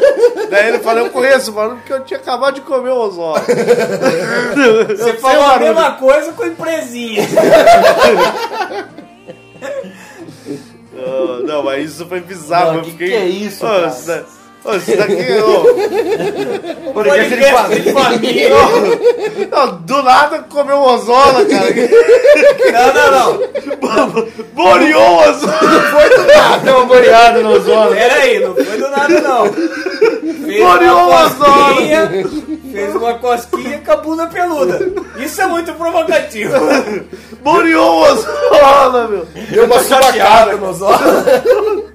Speaker 5: Daí ele falou, eu conheço o barulho porque eu tinha acabado de comer o ozola.
Speaker 6: Você falou a mesma coisa com empresinha.
Speaker 5: Ah, não, mas isso foi bizarro.
Speaker 2: Não,
Speaker 5: eu
Speaker 2: que
Speaker 5: fiquei...
Speaker 2: que é isso,
Speaker 5: Ô,
Speaker 2: cara?
Speaker 5: isso da- ô, isso daqui... ô.
Speaker 2: Podcast de família.
Speaker 5: Não, do nada comeu o ozola, cara.
Speaker 6: Não, não, não.
Speaker 5: Boreou o ozola.
Speaker 2: Deu uma boreada no Ozola.
Speaker 6: Pera aí, não foi do nada, não. Fez
Speaker 5: Boreou o
Speaker 6: uma
Speaker 5: ozola.
Speaker 6: cosquinha, fez uma cosquinha com a bunda peluda. Isso é muito provocativo.
Speaker 5: Boreou o ozola, meu.
Speaker 3: Deu uma subacada nos olhos.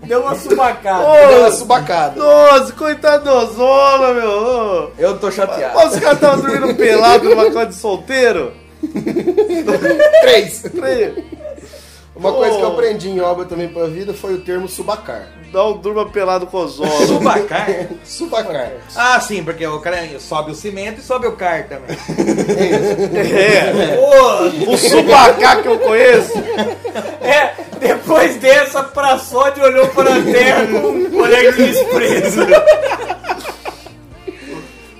Speaker 6: Deu uma subacada.
Speaker 3: Deu uma
Speaker 5: Ô,
Speaker 3: subacada.
Speaker 5: nossa, coitado do ozola, meu. Ô.
Speaker 2: Eu tô chateado.
Speaker 5: Ó, Os caras estavam dormindo pelado numa casa de solteiro.
Speaker 3: Três.
Speaker 5: Falei,
Speaker 3: Uma coisa que eu
Speaker 5: Oh.
Speaker 3: aprendi em obra também pra vida foi o termo subacar.
Speaker 5: Não um durma pelado com ozola.
Speaker 2: Subacar?
Speaker 3: Subacar.
Speaker 2: Ah, sim, porque o cara sobe o cimento e sobe o car também.
Speaker 5: É.
Speaker 6: Pô,
Speaker 5: O subacá que eu conheço.
Speaker 6: é, depois dessa, pra sódio olhou para a terra com um olhar de desprezo.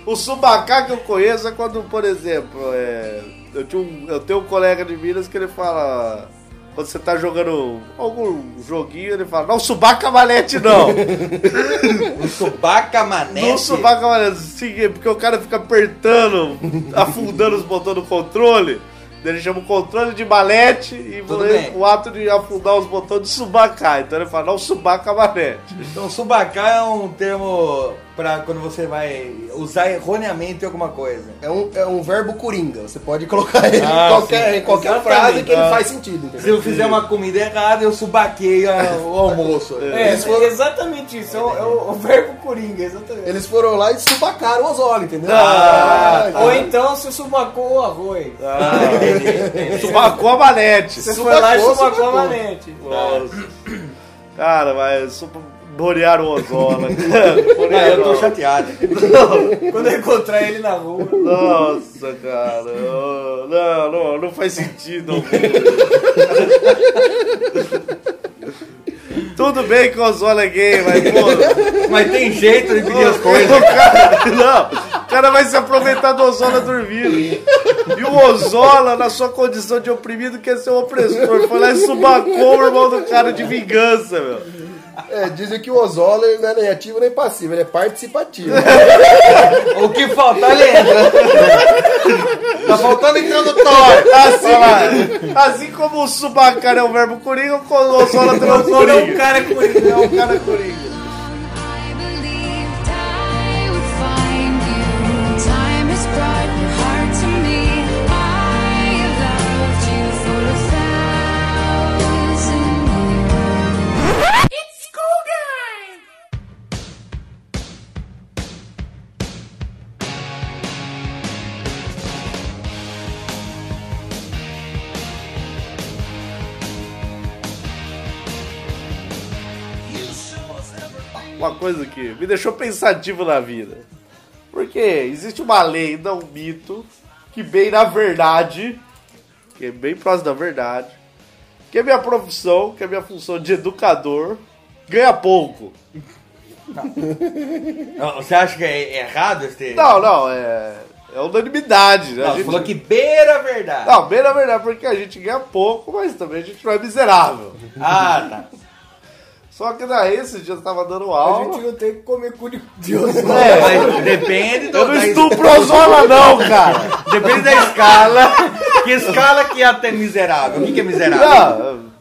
Speaker 5: O subacá que eu conheço é quando, por exemplo, é, eu, tinha um- eu tenho um colega de Minas que ele fala. Quando você tá jogando algum joguinho, ele fala, não subaca malete não!
Speaker 2: O subaca manete.
Speaker 5: Não subaca malete, sim, é porque o cara fica apertando, afundando os botões do controle. Daí Ele chama o controle de malete e
Speaker 2: Tudo
Speaker 5: ele-
Speaker 2: bem.
Speaker 5: o ato de afundar os botões de subacar. Então ele fala, não subaca malete.
Speaker 2: Então, subaca é um termo pra quando você vai usar erroneamente alguma coisa.
Speaker 3: É um, é um verbo coringa. Você pode colocar ele
Speaker 2: Ah,
Speaker 3: em qualquer,
Speaker 2: sim.
Speaker 3: em qualquer
Speaker 2: Exatamente.
Speaker 3: frase que ele
Speaker 2: Ah.
Speaker 3: faz sentido.
Speaker 2: Se
Speaker 3: Entendeu?
Speaker 2: eu fizer uma comida errada, eu subaqueio a- o almoço.
Speaker 6: É, é exatamente isso. É o, é o- o verbo coringa, exatamente.
Speaker 3: Eles foram lá e subacaram os olhos, entendeu?
Speaker 5: Ah,
Speaker 6: Ou então se subacou o arroz.
Speaker 2: É.
Speaker 5: Subacou a malete.
Speaker 6: Você foi lá e
Speaker 3: Subacou,
Speaker 6: subacou a
Speaker 3: subacou.
Speaker 6: manete.
Speaker 5: Nossa. Cara, mas só pra borear o ozola. cara.
Speaker 2: Ah,
Speaker 5: Borear
Speaker 2: eu
Speaker 5: o
Speaker 2: tô
Speaker 5: ozola.
Speaker 2: chateado.
Speaker 6: Quando eu encontrar ele na rua.
Speaker 5: Nossa, cara. Oh, Não, não, não faz sentido. algum. Tudo bem que o ozola é gay, mas pô.
Speaker 2: Mas tem jeito de pedir as coisas.
Speaker 5: O cara, não, o cara vai se aproveitar do ozola dormindo. E o ozola, na sua condição de oprimido, quer ser um opressor. Foi lá e subacou o irmão do cara de vingança, meu.
Speaker 3: É, dizem que o Ozola ele não é nem ativo nem passivo, ele é participativo.
Speaker 2: O que falta, ele entra. Tá faltando introdutório.
Speaker 5: Assim, assim como o subacar é um verbo coringa, o Ozola também é um
Speaker 6: Quando é um
Speaker 5: coringa.
Speaker 6: cara com ele.
Speaker 5: É um cara coringa.
Speaker 8: I believed I would find you. Time has brought your heart to me. I have loved you for a thousand years. It's school time.
Speaker 5: Uma coisa que me deixou pensativo na vida. Porque existe uma lenda, um mito, que bem na verdade, que é bem próximo da verdade, que a minha profissão, que a minha função de educador, ganha pouco.
Speaker 2: Não, Você acha que é errado esse termo?
Speaker 5: Não, não, é, é unanimidade. Né? A
Speaker 2: Não, você
Speaker 5: gente-
Speaker 2: falou que beira a verdade.
Speaker 5: Não, bem na verdade, porque a gente ganha pouco, mas também a gente não é miserável.
Speaker 2: Ah, tá.
Speaker 5: Só que daí esses dias eu tava dando
Speaker 6: A
Speaker 5: aula.
Speaker 6: gente não tem que comer cu de de osso.
Speaker 5: É,
Speaker 2: Mas depende do,
Speaker 5: eu não
Speaker 2: da,
Speaker 5: estupro ozola não, cara.
Speaker 2: depende da escala. Que escala que é até miserável? O que, que é miserável?
Speaker 5: Não,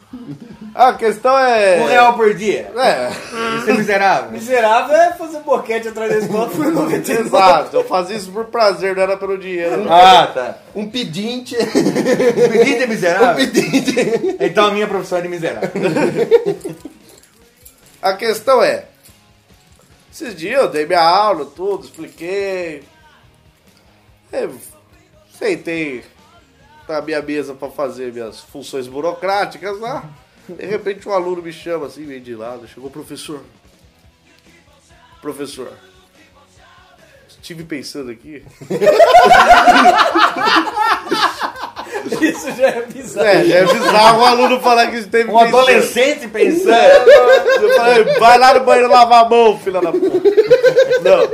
Speaker 5: A questão é.
Speaker 2: Um real por dia.
Speaker 5: É,
Speaker 2: Isso é miserável.
Speaker 6: Miserável é fazer um boquete atrás da escola por 99.
Speaker 5: exato. Eu fazia isso por prazer, não era pelo dinheiro.
Speaker 2: Ah, tá.
Speaker 3: Um pedinte.
Speaker 2: O pedido é
Speaker 5: Ah.
Speaker 3: um
Speaker 2: miserável?
Speaker 3: pedinte.
Speaker 2: Então a minha profissão é de miserável.
Speaker 5: A questão é. Esses dias eu dei minha aula, tudo, expliquei. Eu sentei na minha mesa pra fazer minhas funções burocráticas lá. De repente um aluno me chama assim, meio de lado, chegou, professor. Professor, estive pensando aqui.
Speaker 6: Isso já é bizarro.
Speaker 5: É, é bizarro um aluno falar que esteve
Speaker 2: Um
Speaker 5: pensando.
Speaker 2: adolescente pensando.
Speaker 5: Eu falei, vai lá no banheiro lavar a mão, filha da puta. Não.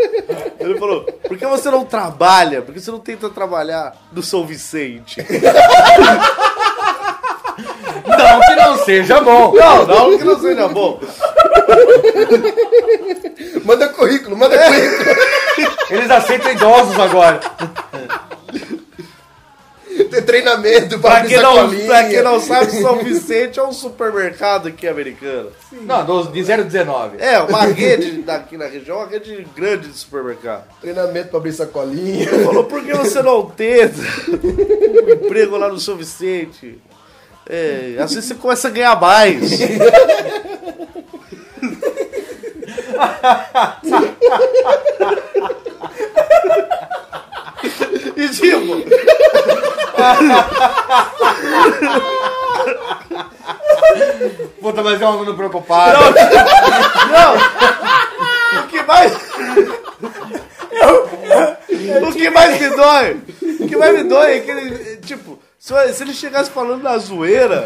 Speaker 5: Ele falou, por que você não trabalha? Por que você não tenta trabalhar no São Vicente?
Speaker 2: Não que não seja bom.
Speaker 5: Não, não que não seja bom.
Speaker 3: Manda currículo, manda currículo.
Speaker 2: Eles aceitam idosos agora.
Speaker 3: Tem treinamento,
Speaker 5: Pra
Speaker 3: barulho
Speaker 5: quem, não,
Speaker 3: sacolinha.
Speaker 5: pra quem não sabe, São Vicente é um supermercado aqui americano.
Speaker 2: Não, do- de 0 a 19.
Speaker 5: É, uma rede daqui na região, uma rede grande de supermercado.
Speaker 3: Treinamento pra abrir sacolinha.
Speaker 5: Ele falou, por que você não tenta um emprego lá no São Vicente? É, assim você começa a ganhar mais. e tipo,
Speaker 2: Vou trazer um aluno preocupado.
Speaker 5: o que mais. o que mais me dói? O que mais me dói é que ele. Tipo, se eu- se ele chegasse falando na zoeira,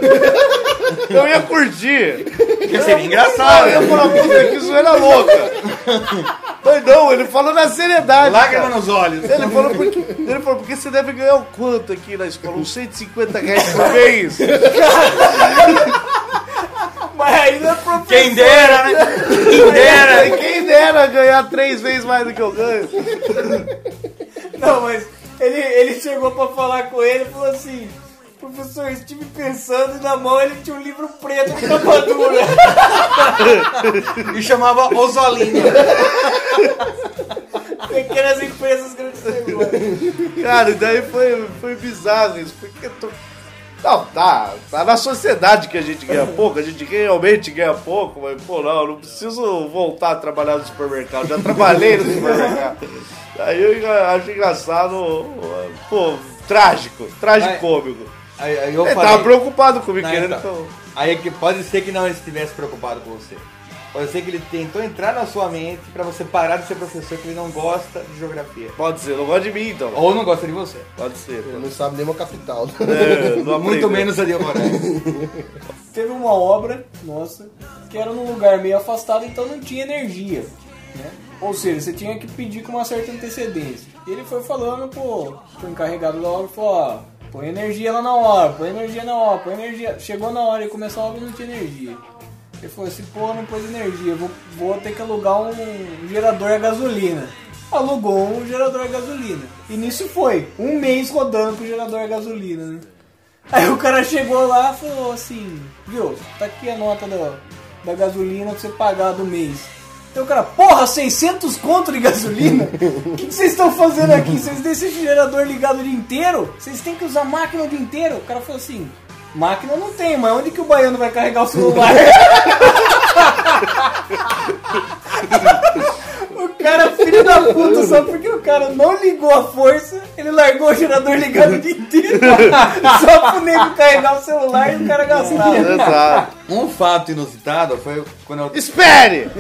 Speaker 5: eu ia curtir.
Speaker 2: Porque seria
Speaker 5: Ah, eu
Speaker 2: engraçado.
Speaker 5: ia falar, puta, que zoeira louca. Mas não, ele falou na seriedade.
Speaker 2: Lágrima
Speaker 5: cara.
Speaker 2: nos olhos.
Speaker 5: Ele falou, porque, ele falou, porque você deve ganhar o quanto aqui na escola? Uns 150 reais por mês?
Speaker 6: Mas ainda é pro-
Speaker 2: Quem dera, né? Quem dera.
Speaker 5: Quem dera ganhar três vezes mais do que eu ganho.
Speaker 6: Não, mas ele, ele chegou pra falar com ele e falou assim: Professor, estive pensando e na mão ele tinha um livro preto com capa dura.
Speaker 2: E chamava Osolinho.
Speaker 6: Pequenas empresas, grandes negócios.
Speaker 5: Cara, e daí foi, foi bizarro isso. Porque tô... Não, tá. Tá na sociedade que a gente ganha pouco, a gente realmente ganha pouco, mas pô, não, eu não preciso voltar a trabalhar no supermercado. Já trabalhei no supermercado. Aí eu enga- acho engraçado, pô, trágico, tragicômico.
Speaker 2: Aí, aí eu
Speaker 5: Ele
Speaker 2: falei...
Speaker 5: tava preocupado comigo,
Speaker 2: Não,
Speaker 5: querendo.
Speaker 2: então. Aí é que pode ser que não estivesse preocupado com você. Pode ser que ele tentou entrar na sua mente pra você parar de ser professor que ele não gosta de geografia.
Speaker 5: Pode ser, não gosta de mim então.
Speaker 2: Ou não gosta de você.
Speaker 5: Pode ser.
Speaker 3: Ele não sabe nem uma capital.
Speaker 5: É, não
Speaker 2: Muito
Speaker 5: aprendeu.
Speaker 2: menos a Lia Moraes.
Speaker 6: Teve uma obra, nossa, que era num lugar meio afastado, então não tinha energia. né? Ou seja, você tinha que pedir com uma certa antecedência. E ele foi falando pro, pro encarregado da obra, falou, ó, põe energia lá na hora, põe energia na hora, põe energia. Chegou na hora e começou a obra e não tinha energia. Ele falou assim, pô, não pôs energia, eu vou, vou ter que alugar um gerador a gasolina. Alugou um gerador a gasolina. E nisso foi, um mês rodando pro gerador a gasolina, né? Aí o cara chegou lá e falou assim, viu, tá aqui a nota da, da gasolina pra você pagar do mês. Então o cara, porra, 600 conto de gasolina? O que que vocês estão fazendo aqui? Vocês deixam esse gerador ligado o dia inteiro? Vocês têm que usar máquina o dia inteiro? O cara falou assim, máquina não tem, mas onde que o baiano vai carregar o celular? O cara, filho da puta, só porque o cara não ligou a força, ele largou o gerador ligado o dia inteiro. só pro nego carregar o celular e o cara gastava.
Speaker 5: Exato.
Speaker 2: Um fato inusitado foi quando eu
Speaker 5: Espere!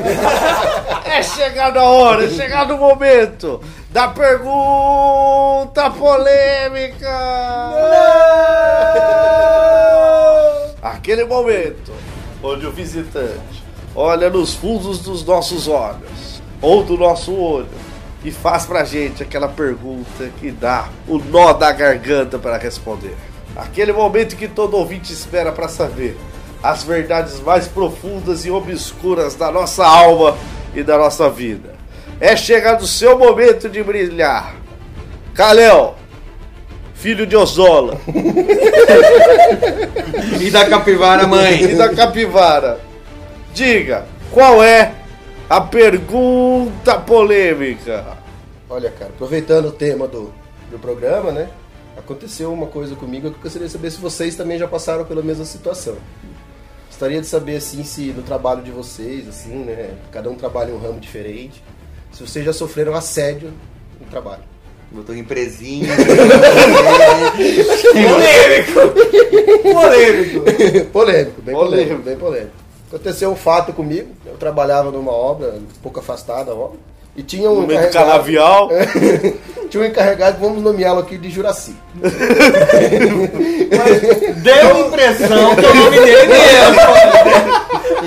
Speaker 5: É chegada a hora, é chegado o momento da pergunta polêmica! Aquele momento onde o visitante olha nos fundos dos nossos olhos ou do nosso olho e faz pra gente aquela pergunta que dá o nó da garganta para responder. Aquele momento que todo ouvinte espera pra saber as verdades mais profundas e obscuras da nossa alma e da nossa vida. É chegado o seu momento de brilhar. Kalel, filho de Ozola,
Speaker 2: E da capivara,
Speaker 5: e
Speaker 2: mãe.
Speaker 5: da capivara. Diga, qual é a pergunta polêmica?
Speaker 3: Olha, cara, aproveitando o tema do, do programa, né? Aconteceu uma coisa comigo que eu gostaria de saber se vocês também já passaram pela mesma situação. Gostaria de saber, assim, se no trabalho de vocês, assim, né? Cada um trabalha em um ramo diferente. Se vocês já sofreram assédio no trabalho.
Speaker 2: Botou empresinha. Polêmico! Polêmico!
Speaker 3: polêmico, bem polêmico.
Speaker 5: Polêmico.
Speaker 3: bem polêmico. Aconteceu um fato comigo. Eu trabalhava numa obra, um pouco afastada a obra. E tinha um.
Speaker 5: Momento
Speaker 3: encarregado-
Speaker 5: canavial.
Speaker 3: Tinha um encarregado, vamos nomeá-lo aqui de Juraci.
Speaker 2: Deu a
Speaker 6: Então,
Speaker 2: impressão
Speaker 6: é
Speaker 2: que o nome dele mesmo.
Speaker 6: né?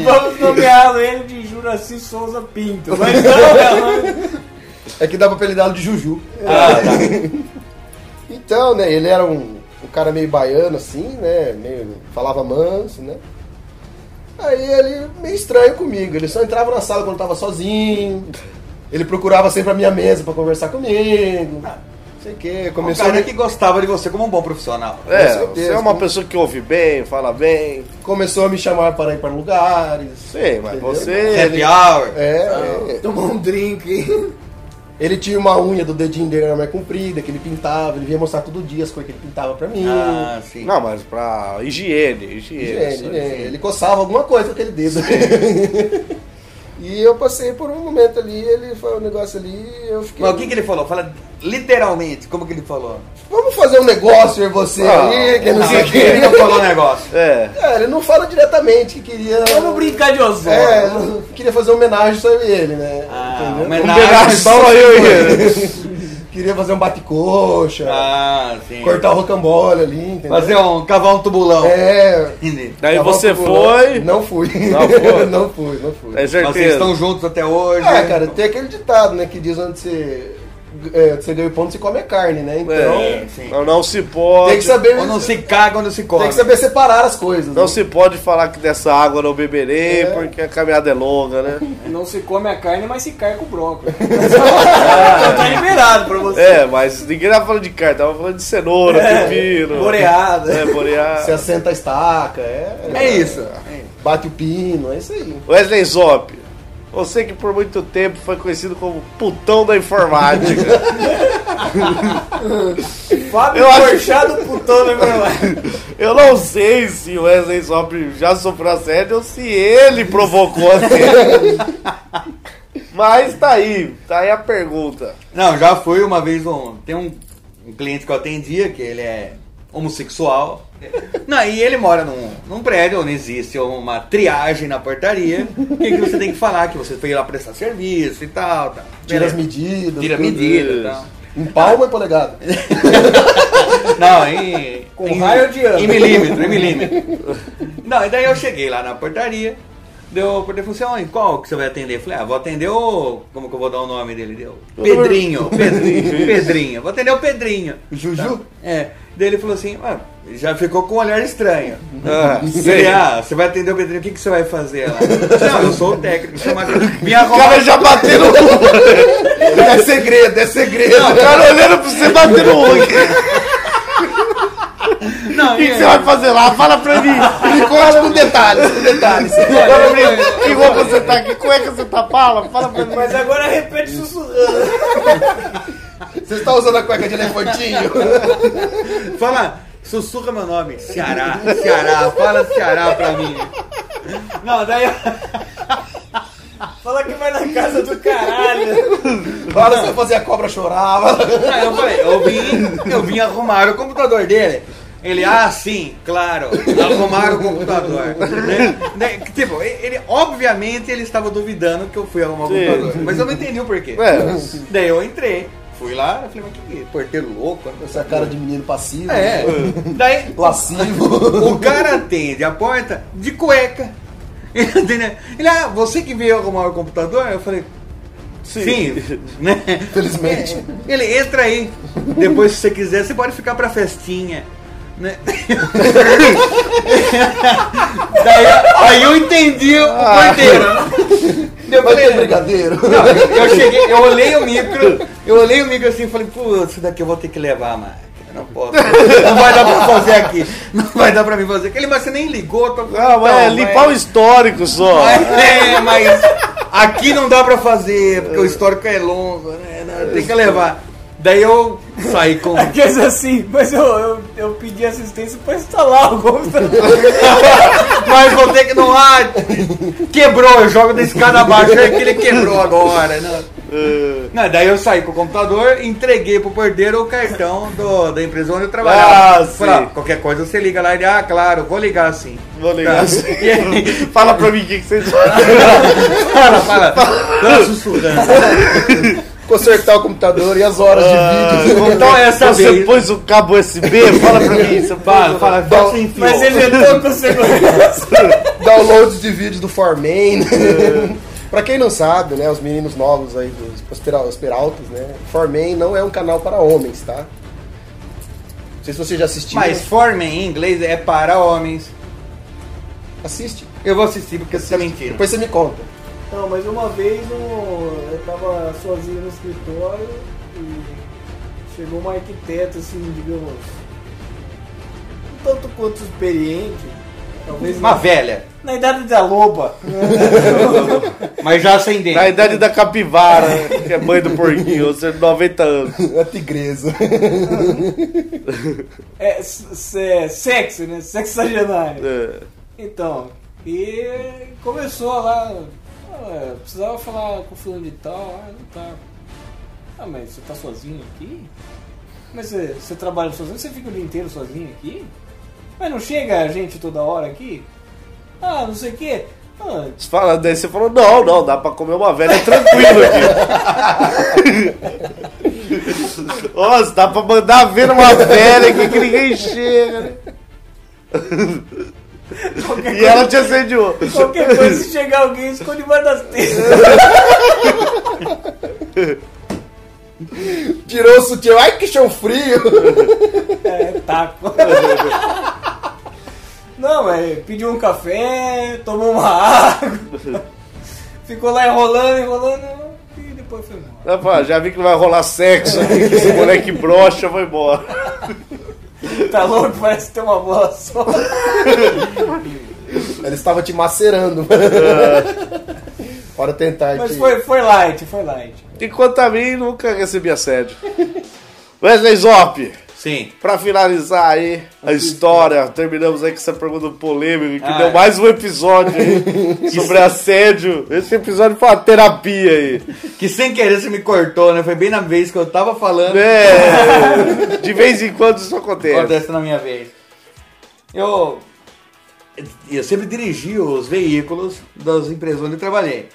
Speaker 6: Vamos nomeá-lo ele de Juraci Souza Pinto. Mas não, é o nome-
Speaker 3: É que dá pra apelidá-lo de Juju. Então, né, ele era um, um cara meio baiano, assim, né? Meio. Falava manso, né? Aí ele meio estranho comigo. Ele só entrava na sala quando eu tava sozinho. Ele procurava sempre a minha mesa pra conversar comigo. Não sei o quê.
Speaker 2: O
Speaker 3: Começou,
Speaker 2: cara que gostava de você como um bom profissional.
Speaker 5: É,
Speaker 3: certeza,
Speaker 5: você é uma
Speaker 3: né?
Speaker 5: pessoa que ouve bem, fala bem.
Speaker 3: começou a me chamar para ir para lugares.
Speaker 5: Sei, mas
Speaker 3: Entendeu?
Speaker 5: você.
Speaker 2: Happy hour.
Speaker 3: É, é.
Speaker 6: Tomou um drink. hein?
Speaker 3: Ele tinha uma unha do dedinho dele era mais comprida, que ele pintava, ele vinha mostrar todo dia as coisas que ele pintava pra mim.
Speaker 2: Ah, sim.
Speaker 5: Não, mas pra higiene,
Speaker 3: Gente,
Speaker 5: higiene. isso aí.
Speaker 3: né, Ele coçava alguma coisa com aquele dedo. e eu passei por um momento ali, ele foi um negócio ali, eu fiquei.
Speaker 2: Mas o que, que ele falou? Fala literalmente, como que ele falou?
Speaker 3: Vamos fazer um negócio eu e você
Speaker 5: Ah,
Speaker 3: aí, que não
Speaker 2: Não,
Speaker 3: sei
Speaker 2: mas
Speaker 3: o
Speaker 2: ele não
Speaker 3: que.
Speaker 2: falou o negócio.
Speaker 5: É.
Speaker 3: É, ele não fala diretamente que queria.
Speaker 6: Vamos brincar de Ozola.
Speaker 3: É, eu queria fazer uma homenagem só eu e ele, né?
Speaker 2: Ah,
Speaker 3: Entendeu?
Speaker 5: Pegar
Speaker 2: homenagem.
Speaker 5: só eu e ele.
Speaker 3: Queria fazer um bate-coxa,
Speaker 2: Ah, sim.
Speaker 3: cortar o rocambole ali, entendeu?
Speaker 2: Fazer um cavar um tubulão.
Speaker 3: É,
Speaker 2: Entendi.
Speaker 5: Daí
Speaker 3: Tava
Speaker 5: você
Speaker 3: procurando.
Speaker 5: foi.
Speaker 3: Não fui.
Speaker 5: Não foi?
Speaker 3: não fui, não fui.
Speaker 5: É
Speaker 2: Mas Vocês
Speaker 5: certeza.
Speaker 2: estão juntos até hoje.
Speaker 3: Ah,
Speaker 2: né?
Speaker 3: cara, tem aquele ditado, né, que diz onde você, é, onde você ganha o pão, você come a carne, né? Então,
Speaker 5: É,
Speaker 2: sim.
Speaker 5: não, não se pode.
Speaker 3: tem que saber...
Speaker 2: Ou não se caga, ou não se come.
Speaker 3: Tem que saber separar as coisas.
Speaker 5: Não
Speaker 3: né?
Speaker 5: se pode falar que dessa água eu não beberei,
Speaker 3: É.
Speaker 5: porque a caminhada é longa, né?
Speaker 6: Não se come a carne, mas se carga o brócolis.
Speaker 2: É.
Speaker 6: Então tá liberado pra você.
Speaker 5: É, mas ninguém tava falando de carne, tava falando de cenoura, pepino.
Speaker 6: É, boreada.
Speaker 5: É,
Speaker 3: Você
Speaker 5: boreada.
Speaker 3: assenta a estaca, é...
Speaker 2: É isso.
Speaker 3: Bate o pino, é isso aí.
Speaker 5: Wesley Zop, você que por muito tempo foi conhecido como putão da informática.
Speaker 6: Fábio
Speaker 5: Eu acho-
Speaker 6: Porchat do putão, né, meu irmão?
Speaker 5: eu não sei se o Wesley Zop já sofreu assédio ou se ele provocou assédio. mas tá aí, tá aí a pergunta.
Speaker 2: Não, já fui uma vez um. Tem um, um cliente que eu atendia, que ele é homossexual. Não, e ele mora num, num prédio onde existe uma triagem na portaria. O que, que você tem que falar? Que você foi lá prestar serviço e tal. tal.
Speaker 3: Tira as
Speaker 2: Beleza.
Speaker 3: medidas.
Speaker 2: Tira a
Speaker 3: tudo.
Speaker 2: medida tá? e tal.
Speaker 3: Em palma e polegada.
Speaker 2: Não, em.
Speaker 6: Com
Speaker 2: em-
Speaker 6: raio de ano.
Speaker 2: Em milímetro, em milímetro. Não, e daí eu cheguei lá na portaria, deu por função, e qual que você vai atender? Eu Falei, ah, vou atender o. Como que eu vou dar o nome dele? Deu. Pedrinho, Pedrinho, Pedrinho. Vou atender o Pedrinho.
Speaker 3: Juju?
Speaker 2: É. Daí ele falou assim, ah, já ficou com um olhar estranho.
Speaker 6: Uhum.
Speaker 5: Ah,
Speaker 2: Ele,
Speaker 5: sei.
Speaker 2: ah, você vai atender o Pedrinho, o que, que você vai fazer lá? Não, eu sou o técnico, chama minha
Speaker 5: O
Speaker 2: roupa.
Speaker 5: cara já bateu no
Speaker 3: É segredo, é segredo.
Speaker 5: O cara olhando pra você bater no olho. O
Speaker 2: Não,
Speaker 5: que que você vai fazer lá? Fala pra mim.
Speaker 3: Me conta com detalhes, com detalhes.
Speaker 5: Fala pra mim. Que roupa você tá? Que cueca você tá? Fala, fala pra mim.
Speaker 6: Mas agora repete sussurrando.
Speaker 3: Você está usando a cueca de elefantinho?
Speaker 2: Fala, sussurra meu nome. Ceará, Ceará, fala Ceará pra mim. Não, daí.
Speaker 6: Fala que vai na casa do caralho.
Speaker 3: Fala se eu fazer a cobra chorar. fala-
Speaker 2: Não, eu falei, eu vim, eu vim arrumar o computador dele. Ele, ah, sim, claro, arrumar o computador. né? Né? Tipo, ele, obviamente ele estava duvidando que eu fui arrumar o
Speaker 5: Sim.
Speaker 2: computador, mas eu não entendi o porquê.
Speaker 5: É,
Speaker 2: Daí eu entrei, fui lá, eu falei, mas que porteiro louco?
Speaker 3: Essa cara de menino passivo.
Speaker 2: É, daí
Speaker 3: Lascivo.
Speaker 2: O cara atende a porta de cueca. Entendeu? Ele, ah, você que veio arrumar o computador? Eu falei, sim. né?
Speaker 3: Felizmente.
Speaker 2: Ele, entra aí. Depois, se você quiser, você pode ficar pra festinha. Né? Daí, aí eu entendi o porteiro. Eu
Speaker 3: Vai ter
Speaker 2: falei,
Speaker 3: brigadeiro.
Speaker 2: não, eu cheguei, eu olhei o micro, eu olhei o micro assim e falei, putz, isso daqui eu vou ter que levar a máquina. Eu não posso. Não vai dar pra fazer aqui. Não vai dar pra mim fazer aquele, mas você nem ligou. Tô...
Speaker 5: Ah, mas é
Speaker 2: Então,
Speaker 5: limpar o histórico só.
Speaker 2: mas, é, mas aqui não dá pra fazer, porque o histórico é longo, né? Não, Tem que levar. Daí eu saí com.
Speaker 6: Aqui é assim, mas eu, eu, eu pedi assistência pra instalar o computador.
Speaker 2: Mas vou ter que não. Ah, quebrou, eu jogo da escada abaixo, é que ele quebrou agora. Não. Não, daí eu saí com o computador, entreguei pro porteiro o cartão do- da empresa onde eu trabalhava.
Speaker 5: Ah, sim.
Speaker 2: Falei, "Ah, qualquer coisa você liga lá e ah, claro, vou ligar sim.
Speaker 5: Vou ligar.
Speaker 2: Tá. E aí, Tá
Speaker 5: Fala pra mim o que que vocês
Speaker 2: fala, fala. Dá uma sussurrada.
Speaker 3: Consertar o computador e as horas de vídeo. né?
Speaker 2: Então essa
Speaker 5: Você
Speaker 2: vez.
Speaker 5: pôs o cabo USB? Fala pra mim. Você
Speaker 2: Fala, fala,
Speaker 3: Bom,
Speaker 2: você enfiou.
Speaker 6: Mas ele entrou com segurança.
Speaker 3: Downloads de vídeos do Forman. pra quem não sabe, né, os meninos novos aí, dos os pera- os peraltas, né, Forman não é um canal para homens, tá? Não sei se você já assistiu.
Speaker 2: Mas forma em inglês é para homens.
Speaker 3: Assiste.
Speaker 2: Eu vou assistir porque você tá mentindo.
Speaker 3: Depois você me conta.
Speaker 6: Não, mas uma vez um- eu tava sozinho no escritório e chegou uma arquiteta, assim, digamos, um tanto quanto experiente, talvez
Speaker 2: Uma
Speaker 6: na,
Speaker 2: velha,
Speaker 6: na idade da loba.
Speaker 2: mas já ascendente.
Speaker 5: Na idade da capivara, né, que é mãe do porquinho, ou seja, 90 anos.
Speaker 3: A tigresa.
Speaker 6: É, se- se- sexo, né? Sexagenário.
Speaker 5: É.
Speaker 6: Então, e começou lá. "Ah, eu precisava falar com o fulano de tal, ah, não tá. Ah, mas você tá sozinho aqui? Mas você, você trabalha sozinho? Você fica o dia inteiro sozinho aqui? Mas não chega gente toda hora aqui? Ah, não sei o quê. Ah,
Speaker 5: Você fala- Daí você falou, não, não, dá pra comer uma velha tranquilo aqui. Nossa, dá pra mandar ver uma velha aqui que ninguém chega, né? E ela te assediou.
Speaker 6: qualquer coisa, se chegar alguém, esconde debaixo das telhas.
Speaker 3: Tirou o sutiã. Ai, que chão frio.
Speaker 6: É, taco. Não, mas pediu um café, tomou uma água, ficou lá enrolando, enrolando e depois foi embora.
Speaker 5: Ela fala, já vi que vai rolar sexo aqui, que esse moleque brocha, vai embora.
Speaker 6: Tá louco, parece ter uma bola só.
Speaker 3: Ela estava te macerando. Bora tentar
Speaker 6: Mas
Speaker 3: te-
Speaker 6: foi, foi light, foi light.
Speaker 5: E quanto a mim, nunca recebi assédio. Wesley Zop,
Speaker 2: Sim.
Speaker 5: pra finalizar aí a história, terminamos aí com essa pergunta polêmica, que
Speaker 2: Ah,
Speaker 5: deu
Speaker 2: é.
Speaker 5: mais um episódio aí sobre assédio. Esse episódio foi uma terapia aí.
Speaker 2: Que sem querer você me cortou, né? Foi bem na vez que eu tava falando.
Speaker 5: É, de vez em quando isso acontece.
Speaker 2: Acontece na minha vez. Eu. Eu sempre dirigi os veículos das empresas onde eu trabalhei.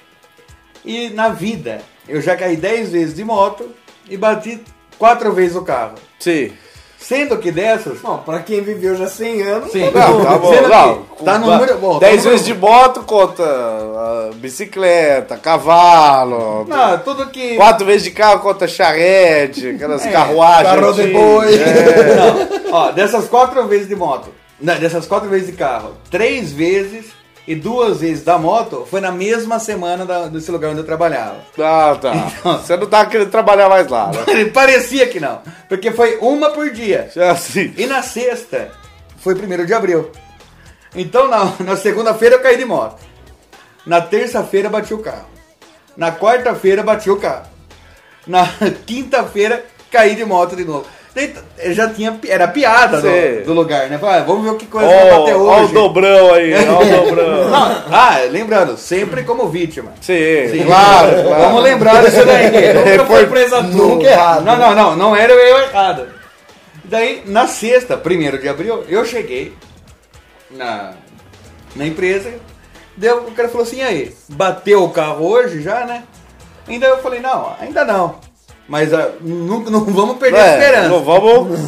Speaker 2: E na vida, eu já caí 10 vezes de moto e bati 4 vezes o carro.
Speaker 5: Sim.
Speaker 2: Sendo que dessas.
Speaker 6: Bom, pra quem viveu já 100 anos,
Speaker 2: Sim,
Speaker 5: Não, tá bom,
Speaker 2: sendo
Speaker 5: não.
Speaker 2: que Tá no número. Bom, tá
Speaker 5: 10
Speaker 2: no
Speaker 5: vezes de
Speaker 2: número-
Speaker 5: moto conta ah, bicicleta, cavalo.
Speaker 2: um. Não, tudo que.
Speaker 5: Quatro vezes de carro conta charrete,
Speaker 2: É,
Speaker 5: aquelas carruagens.
Speaker 3: Carro de boi.
Speaker 2: Não, ó, dessas quatro vezes de moto, não, dessas quatro vezes de carro, três vezes e duas vezes da moto foi na mesma semana da- desse lugar onde eu trabalhava.
Speaker 5: Ah, tá. Você não tá querendo trabalhar mais lá, né?
Speaker 2: Parecia que não, porque foi uma por dia.
Speaker 5: Já assim.
Speaker 2: E na sexta foi primeiro de abril. Então na, na segunda-feira eu caí de moto. Na terça-feira bati o carro. Na quarta-feira bati o carro. Na quinta-feira caí de moto de novo. Daí, eu Já tinha, pi- era piada
Speaker 5: Sei.
Speaker 2: do, do lugar, né? Falei, ah, vamos ver o que coisa vai bater
Speaker 5: Ó, ó o
Speaker 2: hoje.
Speaker 5: dobrão aí, ó o dobrão.
Speaker 2: Não, ah, lembrando, sempre como vítima.
Speaker 5: Sim,
Speaker 2: Sim,
Speaker 5: claro, claro. É,
Speaker 2: Vamos lembrar disso daí.
Speaker 5: Nunca foi presa
Speaker 3: Nunca errado.
Speaker 2: Não, não, não, não era eu errado. Daí, na sexta, 1 de abril, eu cheguei na, na empresa, deu, o cara falou assim, "E aí, bateu o carro hoje já, né? Ainda eu falei, não, ainda não. Mas ah, não, não vamos perder a
Speaker 5: É,
Speaker 2: esperança.
Speaker 5: não vamos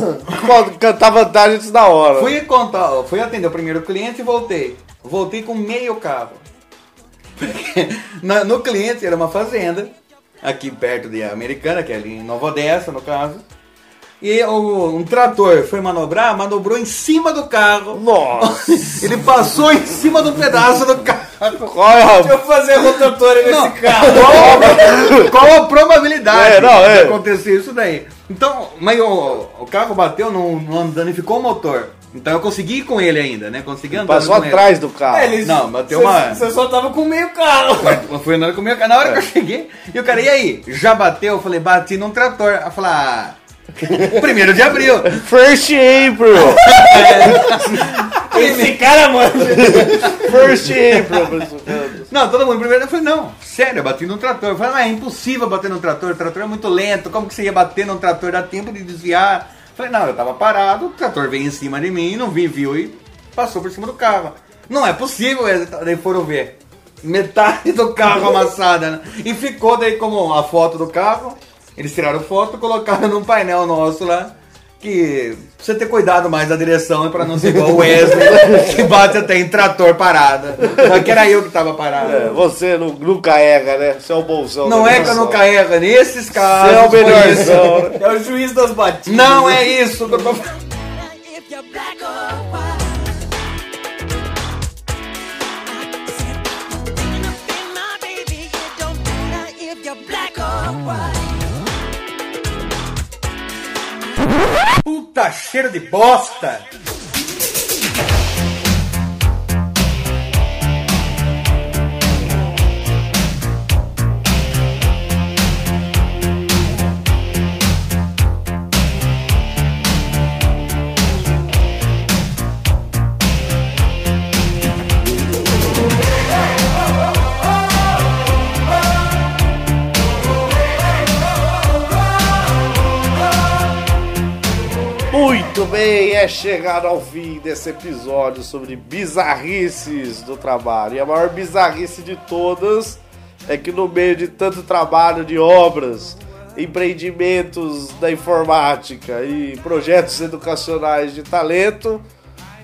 Speaker 5: co- cantar vantagem antes da hora.
Speaker 2: Fui contar, ó, fui atender o primeiro cliente e voltei. Voltei com meio carro. Porque na- no cliente era uma fazenda, aqui perto de Americana, que é ali em Nova Odessa, no caso. E o- um trator foi manobrar, manobrou em cima do carro.
Speaker 5: Nossa.
Speaker 2: Ele passou em cima do pedaço do carro.
Speaker 5: Qual é a...
Speaker 6: Deixa eu fazer rotatória nesse
Speaker 2: Não.
Speaker 6: carro.
Speaker 2: Qual a probabilidade
Speaker 5: É, não, é.
Speaker 2: de acontecer isso daí? Então, mas o, o carro bateu, não, não danificou o motor. Então eu consegui ir com ele ainda, né? Consegui andar.
Speaker 5: Passou
Speaker 2: com ele.
Speaker 5: atrás do carro.
Speaker 6: É, eles-
Speaker 2: Não, mas tem
Speaker 6: você-
Speaker 2: uma-
Speaker 6: Você só tava com meio carro.
Speaker 2: Eu fui andando comigo, na
Speaker 5: É.
Speaker 2: hora que eu cheguei, e o cara, e aí? Já bateu? Eu falei, bati num trator. Ela falou, ah, primeiro de abril.
Speaker 5: First April!
Speaker 6: Esse cara, mano.
Speaker 5: First April, professor Campos.
Speaker 2: Não, todo mundo primeiro. Eu falei, não, sério, eu bati num trator. Eu falei, mas é impossível bater num trator, o trator é muito lento, como que você ia bater num trator? Dá tempo de desviar. Eu falei, não, eu tava parado, o trator veio em cima de mim, não vi, viu e passou por cima do carro. Não é possível, é, daí foram ver. Metade do carro amassada. né? E ficou daí como a foto do carro. Eles tiraram foto, colocaram num painel nosso lá. Que precisa ter cuidado mais da direção pra não ser igual o Wesley, que bate até em trator parada. Só que era eu que tava parado.
Speaker 5: É, você não, nunca erra, né? Você é o bolsão.
Speaker 2: Não
Speaker 5: da
Speaker 2: é que eu
Speaker 5: educação.
Speaker 2: nunca erro nesses casos.
Speaker 5: Você é o
Speaker 2: foi isso.
Speaker 5: melhorzão, né?
Speaker 6: É o juiz das batidas.
Speaker 2: Não é isso que eu tô falando.
Speaker 7: If you're black or white. Black or white.
Speaker 2: Puta cheiro de bosta.
Speaker 5: Muito bem, é chegado ao fim desse episódio sobre bizarrices do trabalho. E a maior bizarrice de todas é que no meio de tanto trabalho de obras, empreendimentos da informática e projetos educacionais de talento,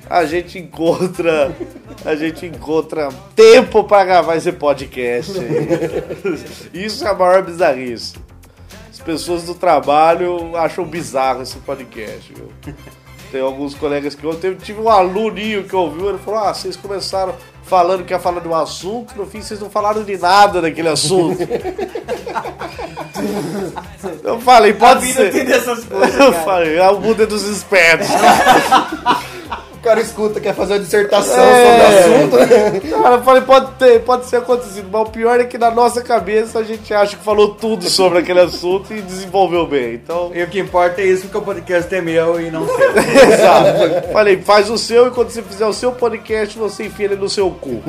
Speaker 5: a gente encontra, a gente encontra tempo para gravar esse podcast. aí. Isso é a maior bizarrice. As pessoas do trabalho acham bizarro esse podcast, viu? Tem alguns colegas que eu teve, tive um aluninho que ouviu, ele falou: "Ah, vocês começaram falando que ia falar de um assunto, no fim vocês não falaram de nada daquele assunto". eu falei:
Speaker 6: A
Speaker 5: "Pode
Speaker 6: vida
Speaker 5: ser".
Speaker 6: tem dessas coisas.
Speaker 5: Eu falei: "Ah, "A muda é dos espertos".
Speaker 3: O cara escuta, quer fazer uma dissertação
Speaker 5: É.
Speaker 3: sobre o assunto, né?
Speaker 5: Cara, eu falei, pode ter, pode ser acontecido, mas o pior é que na nossa cabeça a gente acha que falou tudo sobre aquele assunto e desenvolveu bem. Então,
Speaker 2: E o que importa é isso, porque o podcast é meu e não seu.
Speaker 5: exato. Falei, faz o seu e quando você fizer o seu podcast, você enfia ele no seu cu.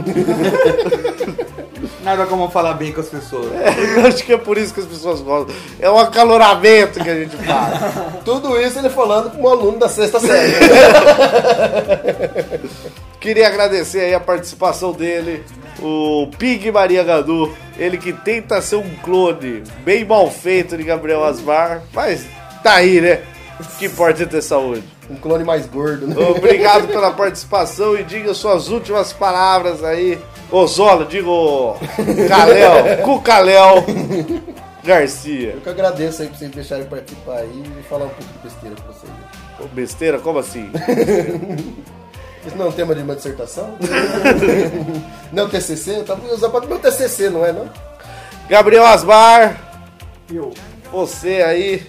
Speaker 2: Nada como falar bem com as pessoas.
Speaker 5: Eu acho que é por isso que as pessoas gostam. É um acaloramento que a gente faz.
Speaker 3: Tudo isso ele falando com um aluno da sexta série.
Speaker 5: Queria agradecer aí a participação dele, o Pig Maria Gadu, ele que tenta ser um clone bem mal feito de Gabriel Asmar, mas tá aí, né? O que importa é ter saúde.
Speaker 3: Um clone mais gordo, né?
Speaker 5: Obrigado pela participação e diga suas últimas palavras aí. Ô Zola, digo Caléu, Cucaléu Garcia.
Speaker 3: Eu que agradeço aí pra vocês deixarem participar aí e falar um pouco de besteira pra vocês. né?
Speaker 5: Ô, Besteira, como assim?
Speaker 3: Isso não é um tema de uma dissertação? não é TCC? Eu tava usando pra meu TCC, não é não?
Speaker 5: Gabriel Asmar,
Speaker 6: Eu.
Speaker 5: você aí,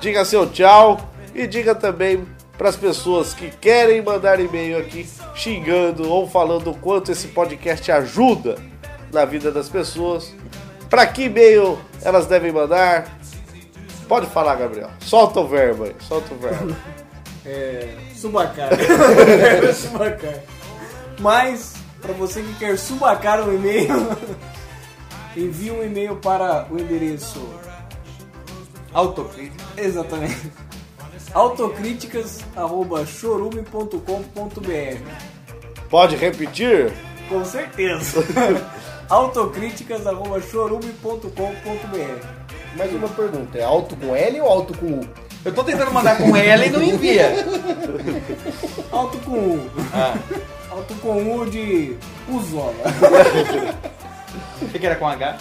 Speaker 5: diga seu tchau e diga também para as pessoas que querem mandar e-mail aqui xingando ou falando o quanto esse podcast ajuda na vida das pessoas. Para que e-mail elas devem mandar? Pode falar, Gabriel. Solta o verbo aí, solta o verbo.
Speaker 6: É. Subacar. subacar. Mas, pra você que quer subacar um e-mail, envie um e-mail para o endereço.
Speaker 2: Autocrítica.
Speaker 6: Exatamente. autocríticas.chorume.com.br
Speaker 5: Pode repetir?
Speaker 6: Com certeza. autocríticas.chorume.com.br
Speaker 3: Mais uma pergunta, é alto com L ou alto com U?
Speaker 2: Eu tô tentando mandar com ela e não envia.
Speaker 6: Alto com U. Alto com U de Uzola.
Speaker 2: Achei que era com H.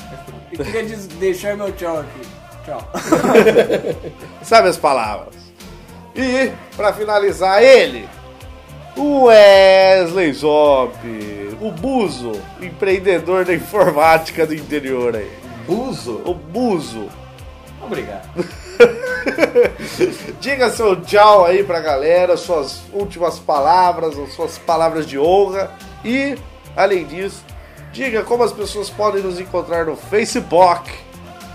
Speaker 6: Eu queria des- deixar meu tchau aqui. Tchau.
Speaker 5: Sabe as palavras. E, pra finalizar, ele, o Wesley Zop, O Buzo, empreendedor da informática do interior aí.
Speaker 2: Buzo?
Speaker 5: O Buzo.
Speaker 2: Obrigado.
Speaker 5: Diga seu tchau aí pra galera, suas últimas palavras, as suas palavras de honra. E, além disso, diga como as pessoas podem nos encontrar no Facebook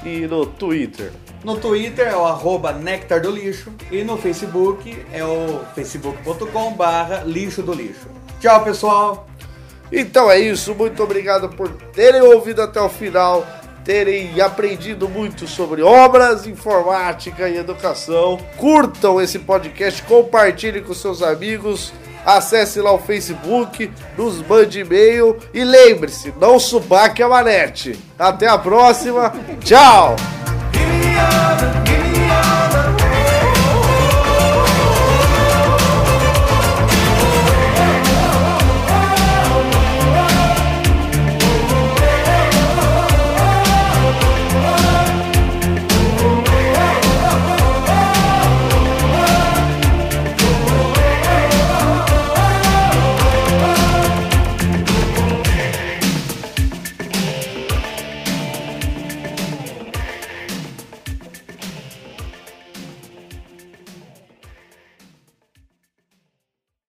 Speaker 5: e no Twitter.
Speaker 2: No Twitter é o arroba Nectar do Lixo e no Facebook é o facebook.com barra lixo do lixo. Tchau, pessoal.
Speaker 5: Então é isso, muito obrigado por terem ouvido até o final, terem aprendido muito sobre obras, informática e educação. Curtam esse podcast, compartilhem com seus amigos, acesse lá o Facebook, nos mande e-mail e lembre-se, não subaque a manete. Até a próxima, tchau!
Speaker 7: Give me all the